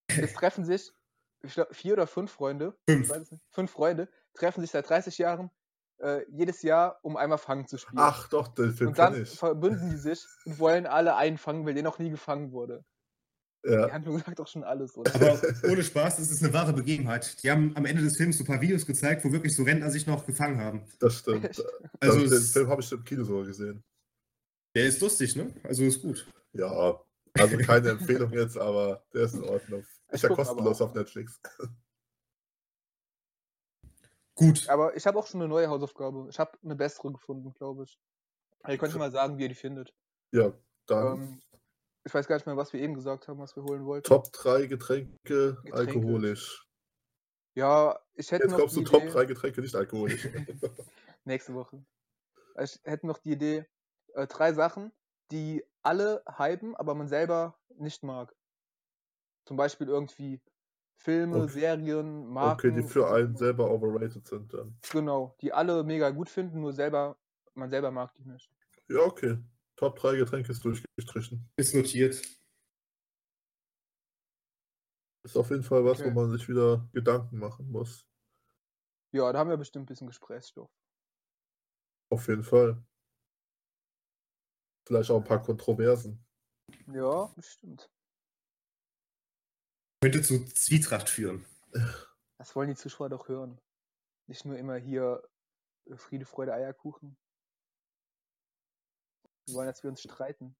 Speaker 3: Es treffen sich ich glaub, vier oder fünf Freunde, ich
Speaker 1: fünf.
Speaker 3: weiß es nicht, fünf Freunde, treffen sich seit 30 Jahren äh, jedes Jahr, um einmal Fangen zu spielen.
Speaker 2: Ach doch, den Film
Speaker 3: und dann
Speaker 2: kenne ich.
Speaker 3: verbünden die sich und wollen alle einen fangen, weil der noch nie gefangen wurde. Die
Speaker 2: Ja. Also
Speaker 3: Handlung sagt doch schon alles, oder?
Speaker 1: Aber ohne Spaß, es ist eine wahre Begebenheit. Die haben am Ende des Films so ein paar Videos gezeigt, wo wirklich so Rentner sich noch gefangen haben.
Speaker 2: Das stimmt.
Speaker 1: Also
Speaker 2: den
Speaker 1: es,
Speaker 2: Film habe ich im Kino sogar gesehen.
Speaker 1: der ist lustig, ne? Also ist gut.
Speaker 2: Ja, also keine Empfehlung jetzt, aber der ist in Ordnung.
Speaker 3: Ich
Speaker 2: Ist ja
Speaker 3: guck aber
Speaker 2: kostenlos
Speaker 3: auch.
Speaker 2: auf Netflix.
Speaker 1: Gut.
Speaker 3: Aber ich habe auch schon eine neue Hausaufgabe. Ich habe eine bessere gefunden, glaube ich. Ihr könnt ja mal sagen, wie ihr die findet.
Speaker 2: Ja, dann
Speaker 3: Ähm, ich weiß gar nicht mehr, was wir eben gesagt haben, was wir holen wollten.
Speaker 2: Top 3 Getränke,
Speaker 3: Getränke.
Speaker 2: alkoholisch.
Speaker 3: Ja, ich hätte
Speaker 2: Jetzt
Speaker 3: noch
Speaker 2: kommst
Speaker 3: die
Speaker 2: du Top
Speaker 3: Idee,
Speaker 2: 3 Getränke, nicht alkoholisch.
Speaker 3: nächste Woche. Ich hätte noch die Idee, äh, drei Sachen, die alle hypen, aber man selber nicht mag. Zum Beispiel irgendwie Filme,
Speaker 2: Okay.
Speaker 3: Serien,
Speaker 2: Okay,
Speaker 3: Marken.
Speaker 2: die für einen selber overrated sind dann.
Speaker 3: Genau, die alle mega gut finden, nur selber, man selber mag die nicht.
Speaker 2: Ja, okay. Top 3 Getränke ist durchgestrichen.
Speaker 1: Ist notiert.
Speaker 2: Ist auf jeden Fall was,
Speaker 3: Okay.
Speaker 2: wo man sich wieder Gedanken machen muss.
Speaker 3: Ja, da haben wir bestimmt ein bisschen Gesprächsstoff.
Speaker 2: Auf jeden Fall. Vielleicht auch ein paar Kontroversen.
Speaker 3: Ja, bestimmt.
Speaker 1: Könnte zu Zwietracht führen.
Speaker 3: Das wollen die Zuschauer doch hören. Nicht nur immer hier äh, Friede, Freude, Eierkuchen. Die wollen, dass wir uns streiten.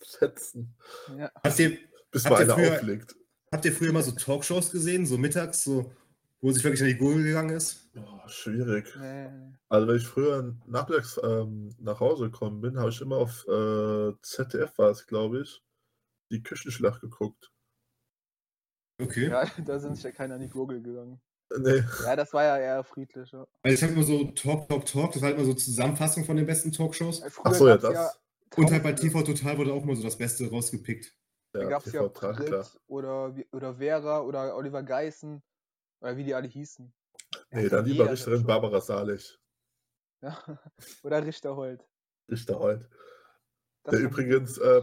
Speaker 2: Fetzen.
Speaker 3: Ja,
Speaker 1: Habt ihr,
Speaker 2: Bis
Speaker 1: Habt
Speaker 2: mal
Speaker 1: ihr
Speaker 2: einer
Speaker 1: früher-
Speaker 2: auflegt.
Speaker 1: habt ihr früher mal so Talkshows gesehen, so mittags, so, wo sich wirklich an die Gurgel gegangen ist?
Speaker 2: Oh, schwierig.
Speaker 3: nee, nee.
Speaker 2: Also wenn ich früher nachmittags ähm, nach Hause gekommen bin, habe ich immer auf äh, ZDF war es, glaube ich, die Küchenschlacht geguckt.
Speaker 1: Okay.
Speaker 3: ja, da sind sich ja keiner an die Gurgel gegangen.
Speaker 2: Nee,
Speaker 3: Ja, das war ja eher friedlich. Ja.
Speaker 1: Also ich habe immer so Talk, Talk, Talk, das war halt immer so Zusammenfassung von den besten Talkshows.
Speaker 3: Früher
Speaker 2: ach so, ja,
Speaker 3: gab's
Speaker 2: das.
Speaker 1: Und halt bei
Speaker 3: tausende.
Speaker 1: TV Total wurde auch immer so das Beste rausgepickt.
Speaker 2: Ja,
Speaker 3: Da gab es ja
Speaker 2: TV Tran, klar.
Speaker 3: Britt oder, wie- oder Vera oder Oliver Geissen oder wie die alle hießen. Ja,
Speaker 2: Nee,
Speaker 3: hat ja
Speaker 2: dann lieber
Speaker 3: jeder
Speaker 2: Richterin
Speaker 3: schon.
Speaker 2: Barbara Salech.
Speaker 3: Ja. Oder Richterhold.
Speaker 2: Richter heute.
Speaker 3: Das
Speaker 2: Der
Speaker 3: war-
Speaker 2: übrigens äh,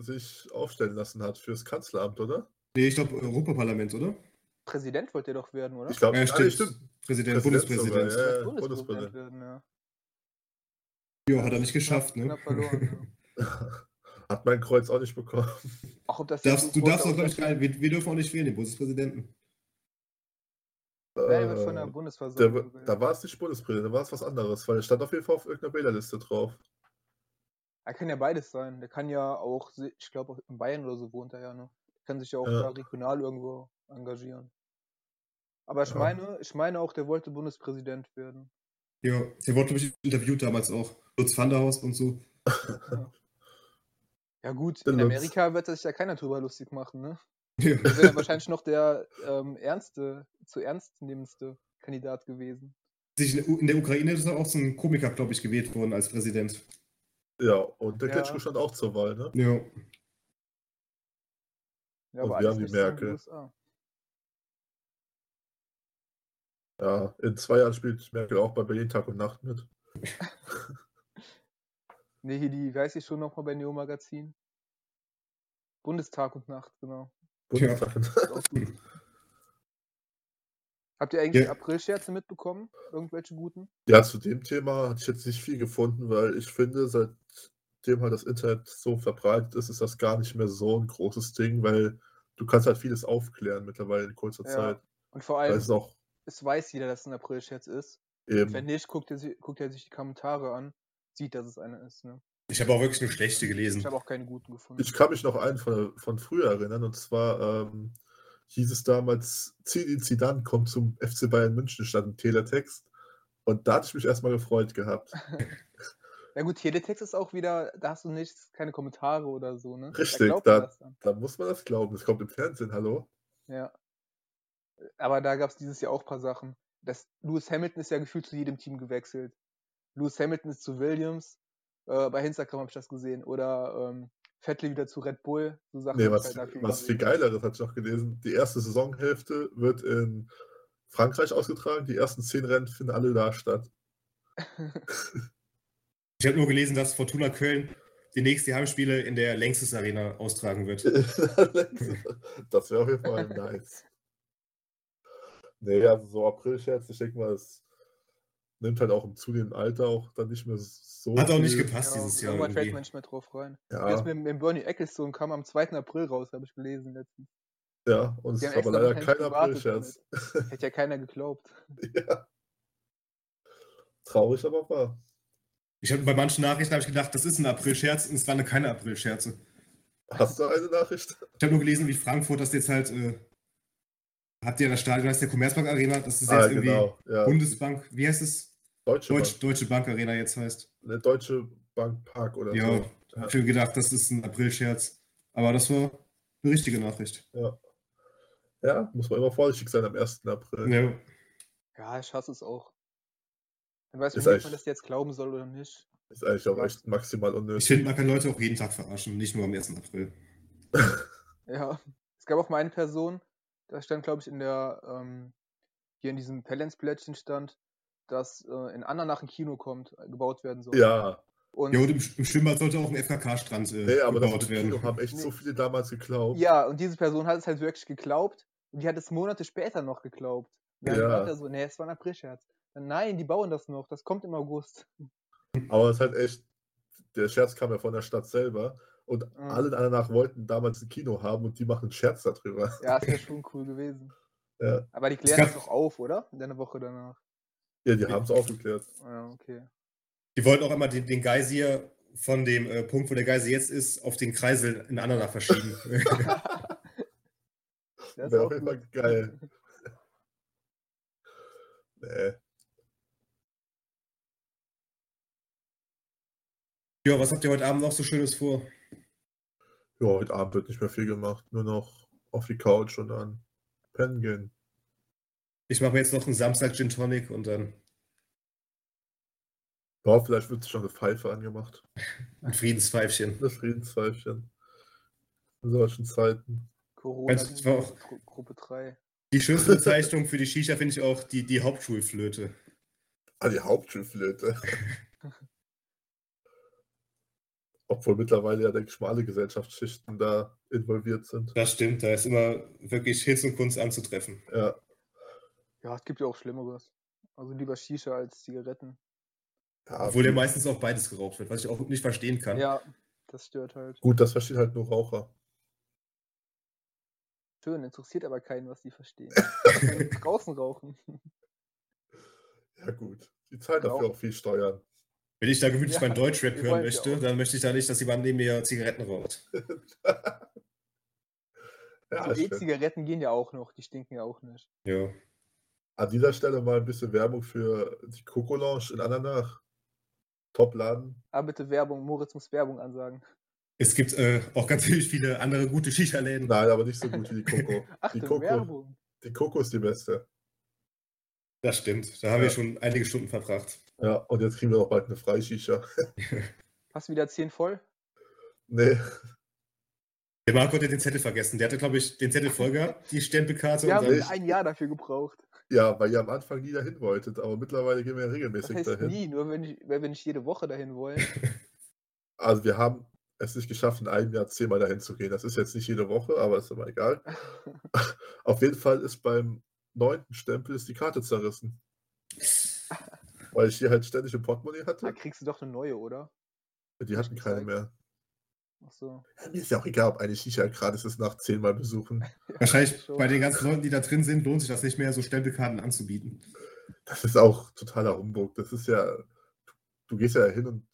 Speaker 2: sich aufstellen lassen hat fürs Kanzleramt, oder?
Speaker 1: Nee, ich glaube Europaparlament, oder?
Speaker 3: Präsident wollte der doch werden, oder?
Speaker 2: Ich glaube,
Speaker 1: Ja,
Speaker 2: ja,
Speaker 1: stimmt.
Speaker 2: stimmt. stimmt.
Speaker 1: Präsident,
Speaker 2: Präsident sogar,
Speaker 1: Bundespräsident.
Speaker 2: ja,
Speaker 3: Der
Speaker 2: ja,
Speaker 3: wollte
Speaker 2: Bundespräsident.
Speaker 3: werden, ja.
Speaker 1: Ja, hat er nicht geschafft,
Speaker 3: Knapp-
Speaker 1: ne?
Speaker 3: knapp verloren,
Speaker 2: Hat mein Kreuz auch nicht bekommen.
Speaker 3: Auch ob das jetzt
Speaker 1: Darfst,
Speaker 3: so
Speaker 1: du
Speaker 3: ein
Speaker 1: darfst auch,
Speaker 3: großer
Speaker 1: glaube ich, gar nicht, wir, wir dürfen auch nicht wählen, den Bundespräsidenten.
Speaker 3: Wer wird von der
Speaker 2: Äh, der,
Speaker 3: Bundesversammlung?
Speaker 2: w- da war es nicht Bundespräsident, da war es was anderes, weil er stand auf jeden Fall auf irgendeiner Wählerliste drauf.
Speaker 3: er kann ja beides sein. Der kann ja auch, si- ich glaube, in Bayern oder so wohnt er ja, ne? Kann sich ja auch
Speaker 2: Ja.
Speaker 3: da regional irgendwo engagieren. Aber ich
Speaker 2: Ja.
Speaker 3: meine, ich meine auch, der wollte Bundespräsident werden.
Speaker 1: Ja, der wurde, glaube ich, interviewt damals auch. Lutz van der Haus und so.
Speaker 3: Ja gut,
Speaker 2: Der
Speaker 3: in
Speaker 2: Lutz.
Speaker 3: Amerika wird sich ja keiner drüber lustig machen, ne?
Speaker 1: Ja.
Speaker 3: Das wäre wahrscheinlich noch der ähm, ernste, zu ernstnehmendste Kandidat gewesen.
Speaker 1: Sich in der U- In der Ukraine ist auch so ein Komiker, glaube ich, gewählt worden als Präsident.
Speaker 2: Ja, und der
Speaker 3: Ja.
Speaker 2: Klitschko stand auch zur Wahl, ne?
Speaker 1: Ja.
Speaker 3: Ja,
Speaker 2: Und
Speaker 3: aber
Speaker 2: wir
Speaker 3: alles
Speaker 2: haben die
Speaker 3: nicht so in den
Speaker 2: Merkel.
Speaker 3: USA.
Speaker 2: Ja, in zwei Jahren spielt Merkel auch bei Berlin Tag und Nacht mit.
Speaker 3: Nee, hier die, wie heißt die schon nochmal bei Neo Magazin? Bundestag und Nacht, genau.
Speaker 1: Ja.
Speaker 2: Bundestag.
Speaker 3: Ist auch gut. Habt ihr eigentlich
Speaker 1: Ja.
Speaker 3: April-Scherze mitbekommen? Irgendwelche guten?
Speaker 2: Ja, zu dem Thema hatte ich jetzt nicht viel gefunden, weil ich finde, seitdem halt das Internet so verbreitet ist, ist das gar nicht mehr so ein großes Ding, weil du kannst halt vieles aufklären mittlerweile in kurzer
Speaker 3: Ja,
Speaker 2: Zeit.
Speaker 3: Und vor
Speaker 2: Weil
Speaker 3: allem,
Speaker 2: es auch
Speaker 3: es weiß jeder, dass es ein April-Scherz ist.
Speaker 2: eben,
Speaker 3: Wenn nicht, guckt er, sich, guckt er sich die Kommentare an, sieht, dass es einer ist. Ne?
Speaker 1: Ich habe auch wirklich eine schlechte gelesen.
Speaker 3: Ich habe auch keine guten gefunden.
Speaker 2: Hm. ich kann mich noch einen von, von früher erinnern, und zwar ähm, hieß es damals, Zinedine Zidane kommt zum FC Bayern München, stand im Teletext. Und da hatte ich mich erstmal gefreut gehabt.
Speaker 3: Ja gut, Teletext ist auch wieder, da hast du nichts, keine Kommentare oder so, ne?
Speaker 2: Richtig,
Speaker 3: glaubt man
Speaker 2: da-
Speaker 3: das dann.
Speaker 2: Da muss man das glauben, das kommt im Fernsehen, hallo?
Speaker 3: Ja. Aber da gab es dieses Jahr auch ein paar Sachen. Das, Lewis Hamilton ist ja gefühlt zu jedem Team gewechselt. Lewis Hamilton ist zu Williams. Äh, bei Instagram habe ich das gesehen. Oder ähm, Vettel wieder zu Red Bull. So Sachen
Speaker 2: Nee,
Speaker 3: hab ich
Speaker 2: was,
Speaker 3: halt da viel
Speaker 2: was viel
Speaker 3: gesehen.
Speaker 2: geileres hatte ich noch gelesen. Die erste Saisonhälfte wird in Frankreich ausgetragen. Die ersten zehn Rennen finden alle da statt.
Speaker 1: Ich habe nur gelesen, dass Fortuna Köln die nächsten Heimspiele in der Längstes Arena austragen wird.
Speaker 2: das wäre auf jeden Fall nice. Nee, also so April-Scherz, ich denke mal, es nimmt halt auch im zunehmenden Alter auch dann nicht mehr so.
Speaker 1: Hat auch nicht
Speaker 2: viel-
Speaker 1: gepasst dieses Jahr.
Speaker 3: Irgendwann fällt
Speaker 1: Irgendwie.
Speaker 3: man nicht mehr drauf rein. Das
Speaker 2: Ja,
Speaker 3: mit, mit Bernie Ecclestone kam am 2. April raus, habe ich gelesen letztens.
Speaker 2: ja, und es
Speaker 3: Die
Speaker 2: ist
Speaker 3: haben
Speaker 2: aber
Speaker 3: extra
Speaker 2: leider
Speaker 3: wahrscheinlich
Speaker 2: kein
Speaker 3: gewartet
Speaker 2: April-Scherz.
Speaker 3: Hätte ja keiner geglaubt.
Speaker 2: ja. Traurig, aber wahr.
Speaker 1: Ich habe bei manchen Nachrichten habe ich gedacht, das ist ein April-Scherz und es waren keine April-Scherze.
Speaker 2: Hast du eine Nachricht?
Speaker 1: Ich habe nur gelesen, wie Frankfurt das jetzt halt äh, habt ihr das Stadion heißt der Commerzbank Arena, das ist jetzt
Speaker 2: Ah,
Speaker 1: irgendwie
Speaker 2: genau. Ja.
Speaker 1: Bundesbank, wie heißt es?
Speaker 2: Deutsche,
Speaker 1: Deutsch,
Speaker 2: Bank,
Speaker 1: Deutsche Bank Arena jetzt heißt.
Speaker 2: ne, Deutsche Bank Park oder
Speaker 1: ja,
Speaker 2: so.
Speaker 1: habe ich mir gedacht, das ist ein April-Scherz, aber das war eine richtige Nachricht.
Speaker 2: Ja, muss man immer vorsichtig sein am 1. April.
Speaker 1: Ja.
Speaker 3: Ja, ich hasse es auch. Dann weiß
Speaker 2: Ist
Speaker 3: man nicht, ob
Speaker 2: echt-
Speaker 3: man das jetzt glauben soll oder nicht.
Speaker 2: Ist eigentlich auch echt maximal
Speaker 1: Ich
Speaker 2: unnötig.
Speaker 1: finde, man kann Leute auch jeden Tag verarschen, nicht nur am 1. April.
Speaker 3: Ja, es gab auch mal eine Person, da stand, glaube ich, in der, ähm, hier in diesem Pellens-Plättchen stand, dass äh, in Andernach ein Kino kommt, äh, gebaut werden soll.
Speaker 2: Ja,
Speaker 3: Und,
Speaker 1: Ja, und im, im Schwimmbad sollte auch ein FKK-Strand äh,
Speaker 2: nee, aber das
Speaker 1: gebaut
Speaker 2: mit dem
Speaker 1: werden.
Speaker 2: Kino haben echt so viele damals geglaubt.
Speaker 3: ja, und diese Person hat es halt wirklich geglaubt und die hat es Monate später noch geglaubt. Und dann
Speaker 2: Ja.
Speaker 3: hat er so, nee, es war ein Aprilscherz. Nein, die bauen das noch. Das kommt im August.
Speaker 2: Aber es ist halt echt, der Scherz kam ja von der Stadt selber. Und
Speaker 3: Ja.
Speaker 2: alle danach wollten damals ein Kino haben und die machen einen Scherz darüber.
Speaker 3: Ja, ist ja schon cool gewesen.
Speaker 2: Ja.
Speaker 3: Aber die
Speaker 1: Es
Speaker 3: klären
Speaker 1: gab-
Speaker 3: das doch auf, oder? In der Woche danach. Ah
Speaker 2: Ja, die haben es aufgeklärt.
Speaker 3: Ja, okay.
Speaker 1: Die wollten auch einmal den, den Geysir von dem äh, Punkt, wo der Geysir jetzt ist, auf den Kreisel in Anana verschieben.
Speaker 3: Das ist
Speaker 2: Wäre
Speaker 3: auch
Speaker 2: auf jeden Fall
Speaker 3: gut.
Speaker 2: geil. nee.
Speaker 1: ja, was habt ihr heute Abend noch so Schönes vor?
Speaker 2: Ja, heute Abend wird nicht mehr viel gemacht. Nur noch auf die Couch und dann pennen gehen.
Speaker 1: Ich mache mir jetzt noch einen Samstag Gin Tonic und dann
Speaker 2: Ja, vielleicht wird sich schon eine Pfeife angemacht.
Speaker 1: ein Friedenspfeifchen.
Speaker 2: Das Friedenspfeifchen. In solchen Zeiten.
Speaker 3: Corona
Speaker 1: Ganz- Also, ich war auch-
Speaker 3: Gru- Gruppe 3.
Speaker 1: Die schönste Bezeichnung für die Shisha finde ich auch die, die Hauptschulflöte.
Speaker 2: Ah, die Hauptschulflöte. Obwohl mittlerweile ja, denke ich mal, alle Gesellschaftsschichten da involviert sind.
Speaker 1: Das stimmt, da ist immer wirklich Hitz und Kunst anzutreffen.
Speaker 2: Ja.
Speaker 3: Ja, es gibt ja auch Schlimmeres. Also lieber Shisha als Zigaretten.
Speaker 2: ja
Speaker 1: Obwohl ja
Speaker 2: gut.
Speaker 1: meistens auch beides geraucht wird, was ich auch nicht verstehen kann.
Speaker 3: Ja, das stört halt.
Speaker 2: Gut, das verstehen halt nur Raucher.
Speaker 3: Schön, interessiert aber keinen, was die verstehen. Die können draußen rauchen.
Speaker 2: Ja, gut. Die zahlen dafür
Speaker 3: Rauchen.
Speaker 2: auch viel Steuern.
Speaker 1: Wenn ich da gemütlich
Speaker 3: Ja,
Speaker 1: mein Deutschrap
Speaker 3: wir
Speaker 1: hören
Speaker 3: wollen ja
Speaker 1: möchte,
Speaker 3: auch.
Speaker 1: dann möchte ich da nicht, dass jemand neben mir Zigaretten raucht.
Speaker 2: Ja,
Speaker 3: Die
Speaker 2: stimmt.
Speaker 3: E-Zigaretten Also eh, gehen ja auch noch, die stinken ja auch nicht.
Speaker 1: Ja.
Speaker 2: An dieser Stelle mal ein bisschen Werbung für die Coco Lounge in Andernach. Top-Laden.
Speaker 3: Aber Ah, bitte Werbung, Moritz muss Werbung ansagen.
Speaker 1: Es gibt äh, auch ganz viele andere gute Shisha-Läden.
Speaker 2: Nein, aber nicht so gut wie die Coco. die,
Speaker 3: Achtung,
Speaker 2: Coco
Speaker 3: Werbung.
Speaker 2: die Coco ist die beste.
Speaker 1: Das stimmt. Da haben wir
Speaker 2: Ja.
Speaker 1: schon einige Stunden verbracht.
Speaker 2: Ja, und jetzt kriegen wir auch bald eine Freischischer.
Speaker 3: Hast du wieder 10 voll?
Speaker 2: Nee,
Speaker 1: Der Marco hat ja den Zettel vergessen. Der hatte, glaube ich, den Zettel voll gehabt, die Stempelkarte
Speaker 3: Wir
Speaker 1: und
Speaker 3: haben
Speaker 1: dann.
Speaker 2: nicht.
Speaker 3: ein Jahr dafür gebraucht.
Speaker 2: ja, weil ihr am Anfang nie dahin wolltet, aber mittlerweile gehen wir ja
Speaker 3: Das
Speaker 2: regelmäßig
Speaker 3: heißt
Speaker 2: dahin.
Speaker 3: nie, nur wenn, ich, wenn wir nicht jede Woche dahin wollen.
Speaker 2: Also wir haben es nicht geschafft, in einem Jahr zehnmal dahin zu gehen. Das ist jetzt nicht jede Woche, aber ist immer egal. Auf jeden Fall ist beim neunten Stempel ist die Karte zerrissen. Weil ich die halt ständig im Portemonnaie
Speaker 3: Da
Speaker 2: hatte.
Speaker 3: kriegst du doch eine neue, oder?
Speaker 2: Die hatten keine mehr.
Speaker 3: Achso.
Speaker 2: Ja, mir ist ja auch egal, ob eine Shisha gratis ist nach zehnmal besuchen.
Speaker 1: Wahrscheinlich
Speaker 3: schon.
Speaker 1: bei den ganzen Leuten, die da drin sind, lohnt sich das nicht mehr, so Stempelkarten anzubieten.
Speaker 2: Das ist auch totaler Humbug. Das ist ja, du, du gehst ja hin und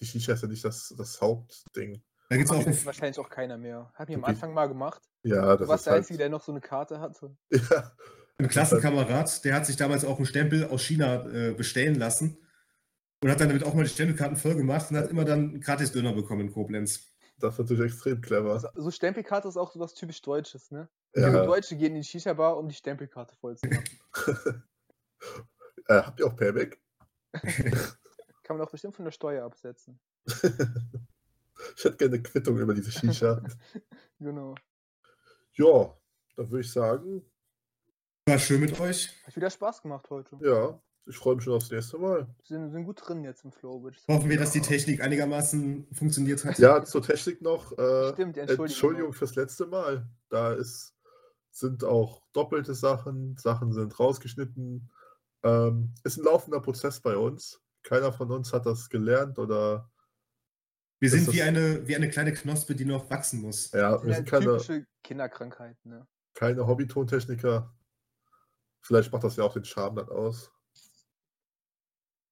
Speaker 2: die Shisha ist ja nicht das, das Hauptding.
Speaker 1: Da gibt es auch
Speaker 3: Das
Speaker 1: ein
Speaker 3: ist wahrscheinlich auch keiner mehr. Hat mir am
Speaker 2: Okay.
Speaker 3: Anfang mal gemacht.
Speaker 2: Ja,
Speaker 3: Du
Speaker 2: das
Speaker 3: warst
Speaker 2: ist
Speaker 3: der
Speaker 2: halt,
Speaker 3: Einzige, der noch so eine Karte hatte.
Speaker 2: ja,
Speaker 1: Ein Klassenkamerad, der hat sich damals auch einen Stempel aus China äh, bestellen lassen und hat dann damit auch mal die Stempelkarten voll gemacht und hat immer dann einen Gratis-Döner bekommen in Koblenz.
Speaker 2: das ist natürlich extrem clever.
Speaker 3: So- So Stempelkarte ist auch sowas typisch Deutsches, ne? Junge
Speaker 2: Ja.
Speaker 3: Deutsche gehen in die Shisha-Bar, um die Stempelkarte voll zu machen.
Speaker 2: Äh, habt ihr auch Payback?
Speaker 3: Kann man auch bestimmt von der Steuer absetzen.
Speaker 2: Ich hätte gerne eine Quittung über diese Shisha.
Speaker 3: Genau.
Speaker 2: ja, dann würde ich sagen,
Speaker 1: War schön mit euch.
Speaker 3: Hat wieder Spaß gemacht heute.
Speaker 2: ja, ich freue mich schon aufs nächste Mal.
Speaker 3: Sind, sind gut drin jetzt im Flow, würde ich sagen.
Speaker 1: Hoffen wir, dass die Technik einigermaßen funktioniert hat.
Speaker 2: Ja, zur Technik noch. Äh,
Speaker 3: Stimmt, Entschuldigung.
Speaker 2: Entschuldigung fürs letzte Mal. Da ist, sind auch doppelte Sachen, Sachen sind rausgeschnitten. Ähm, ist ein laufender Prozess bei uns. Keiner von uns hat das gelernt oder
Speaker 1: Wir
Speaker 2: Das
Speaker 1: sind wie
Speaker 2: ist-
Speaker 1: eine, wie eine kleine Knospe, die noch wachsen muss.
Speaker 2: ja,
Speaker 3: Das
Speaker 2: wir
Speaker 3: sind
Speaker 2: sind
Speaker 3: halt
Speaker 2: keine,
Speaker 3: typische Kinderkrankheiten, ne?
Speaker 2: keine Hobbytontechniker. Vielleicht macht das ja auch den Charme dann aus.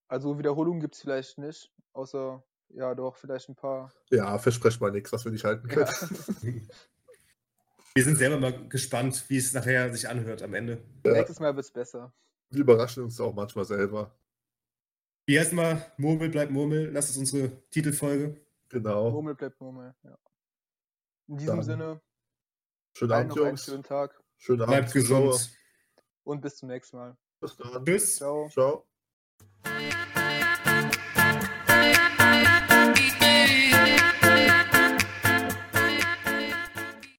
Speaker 3: Also Wiederholungen gibt es vielleicht nicht, außer, ja doch, vielleicht ein paar.
Speaker 2: Ja, versprecht mal nichts, was wir nicht halten können.
Speaker 3: Ja.
Speaker 1: Wir sind selber mal gespannt, wie es nachher sich anhört am Ende.
Speaker 3: Nächstes Mal wird's besser.
Speaker 2: Wir überraschen uns auch manchmal selber.
Speaker 1: Wie heißt mal, Murmel bleibt Murmel. Das ist unsere Titelfolge.
Speaker 2: Genau.
Speaker 3: Murmel bleibt Murmel, ja. In diesem
Speaker 2: Dann
Speaker 3: Sinne,
Speaker 2: Schönen
Speaker 3: allen
Speaker 2: Abend,
Speaker 3: noch einen
Speaker 2: Jungs.
Speaker 3: schönen Tag
Speaker 2: Schönen Abend.
Speaker 1: Bleibt
Speaker 2: Zuschauer.
Speaker 1: gesund.
Speaker 3: und bis zum nächsten Mal.
Speaker 2: Bis dann.
Speaker 1: Tschüss.
Speaker 3: Ciao.
Speaker 2: Ciao.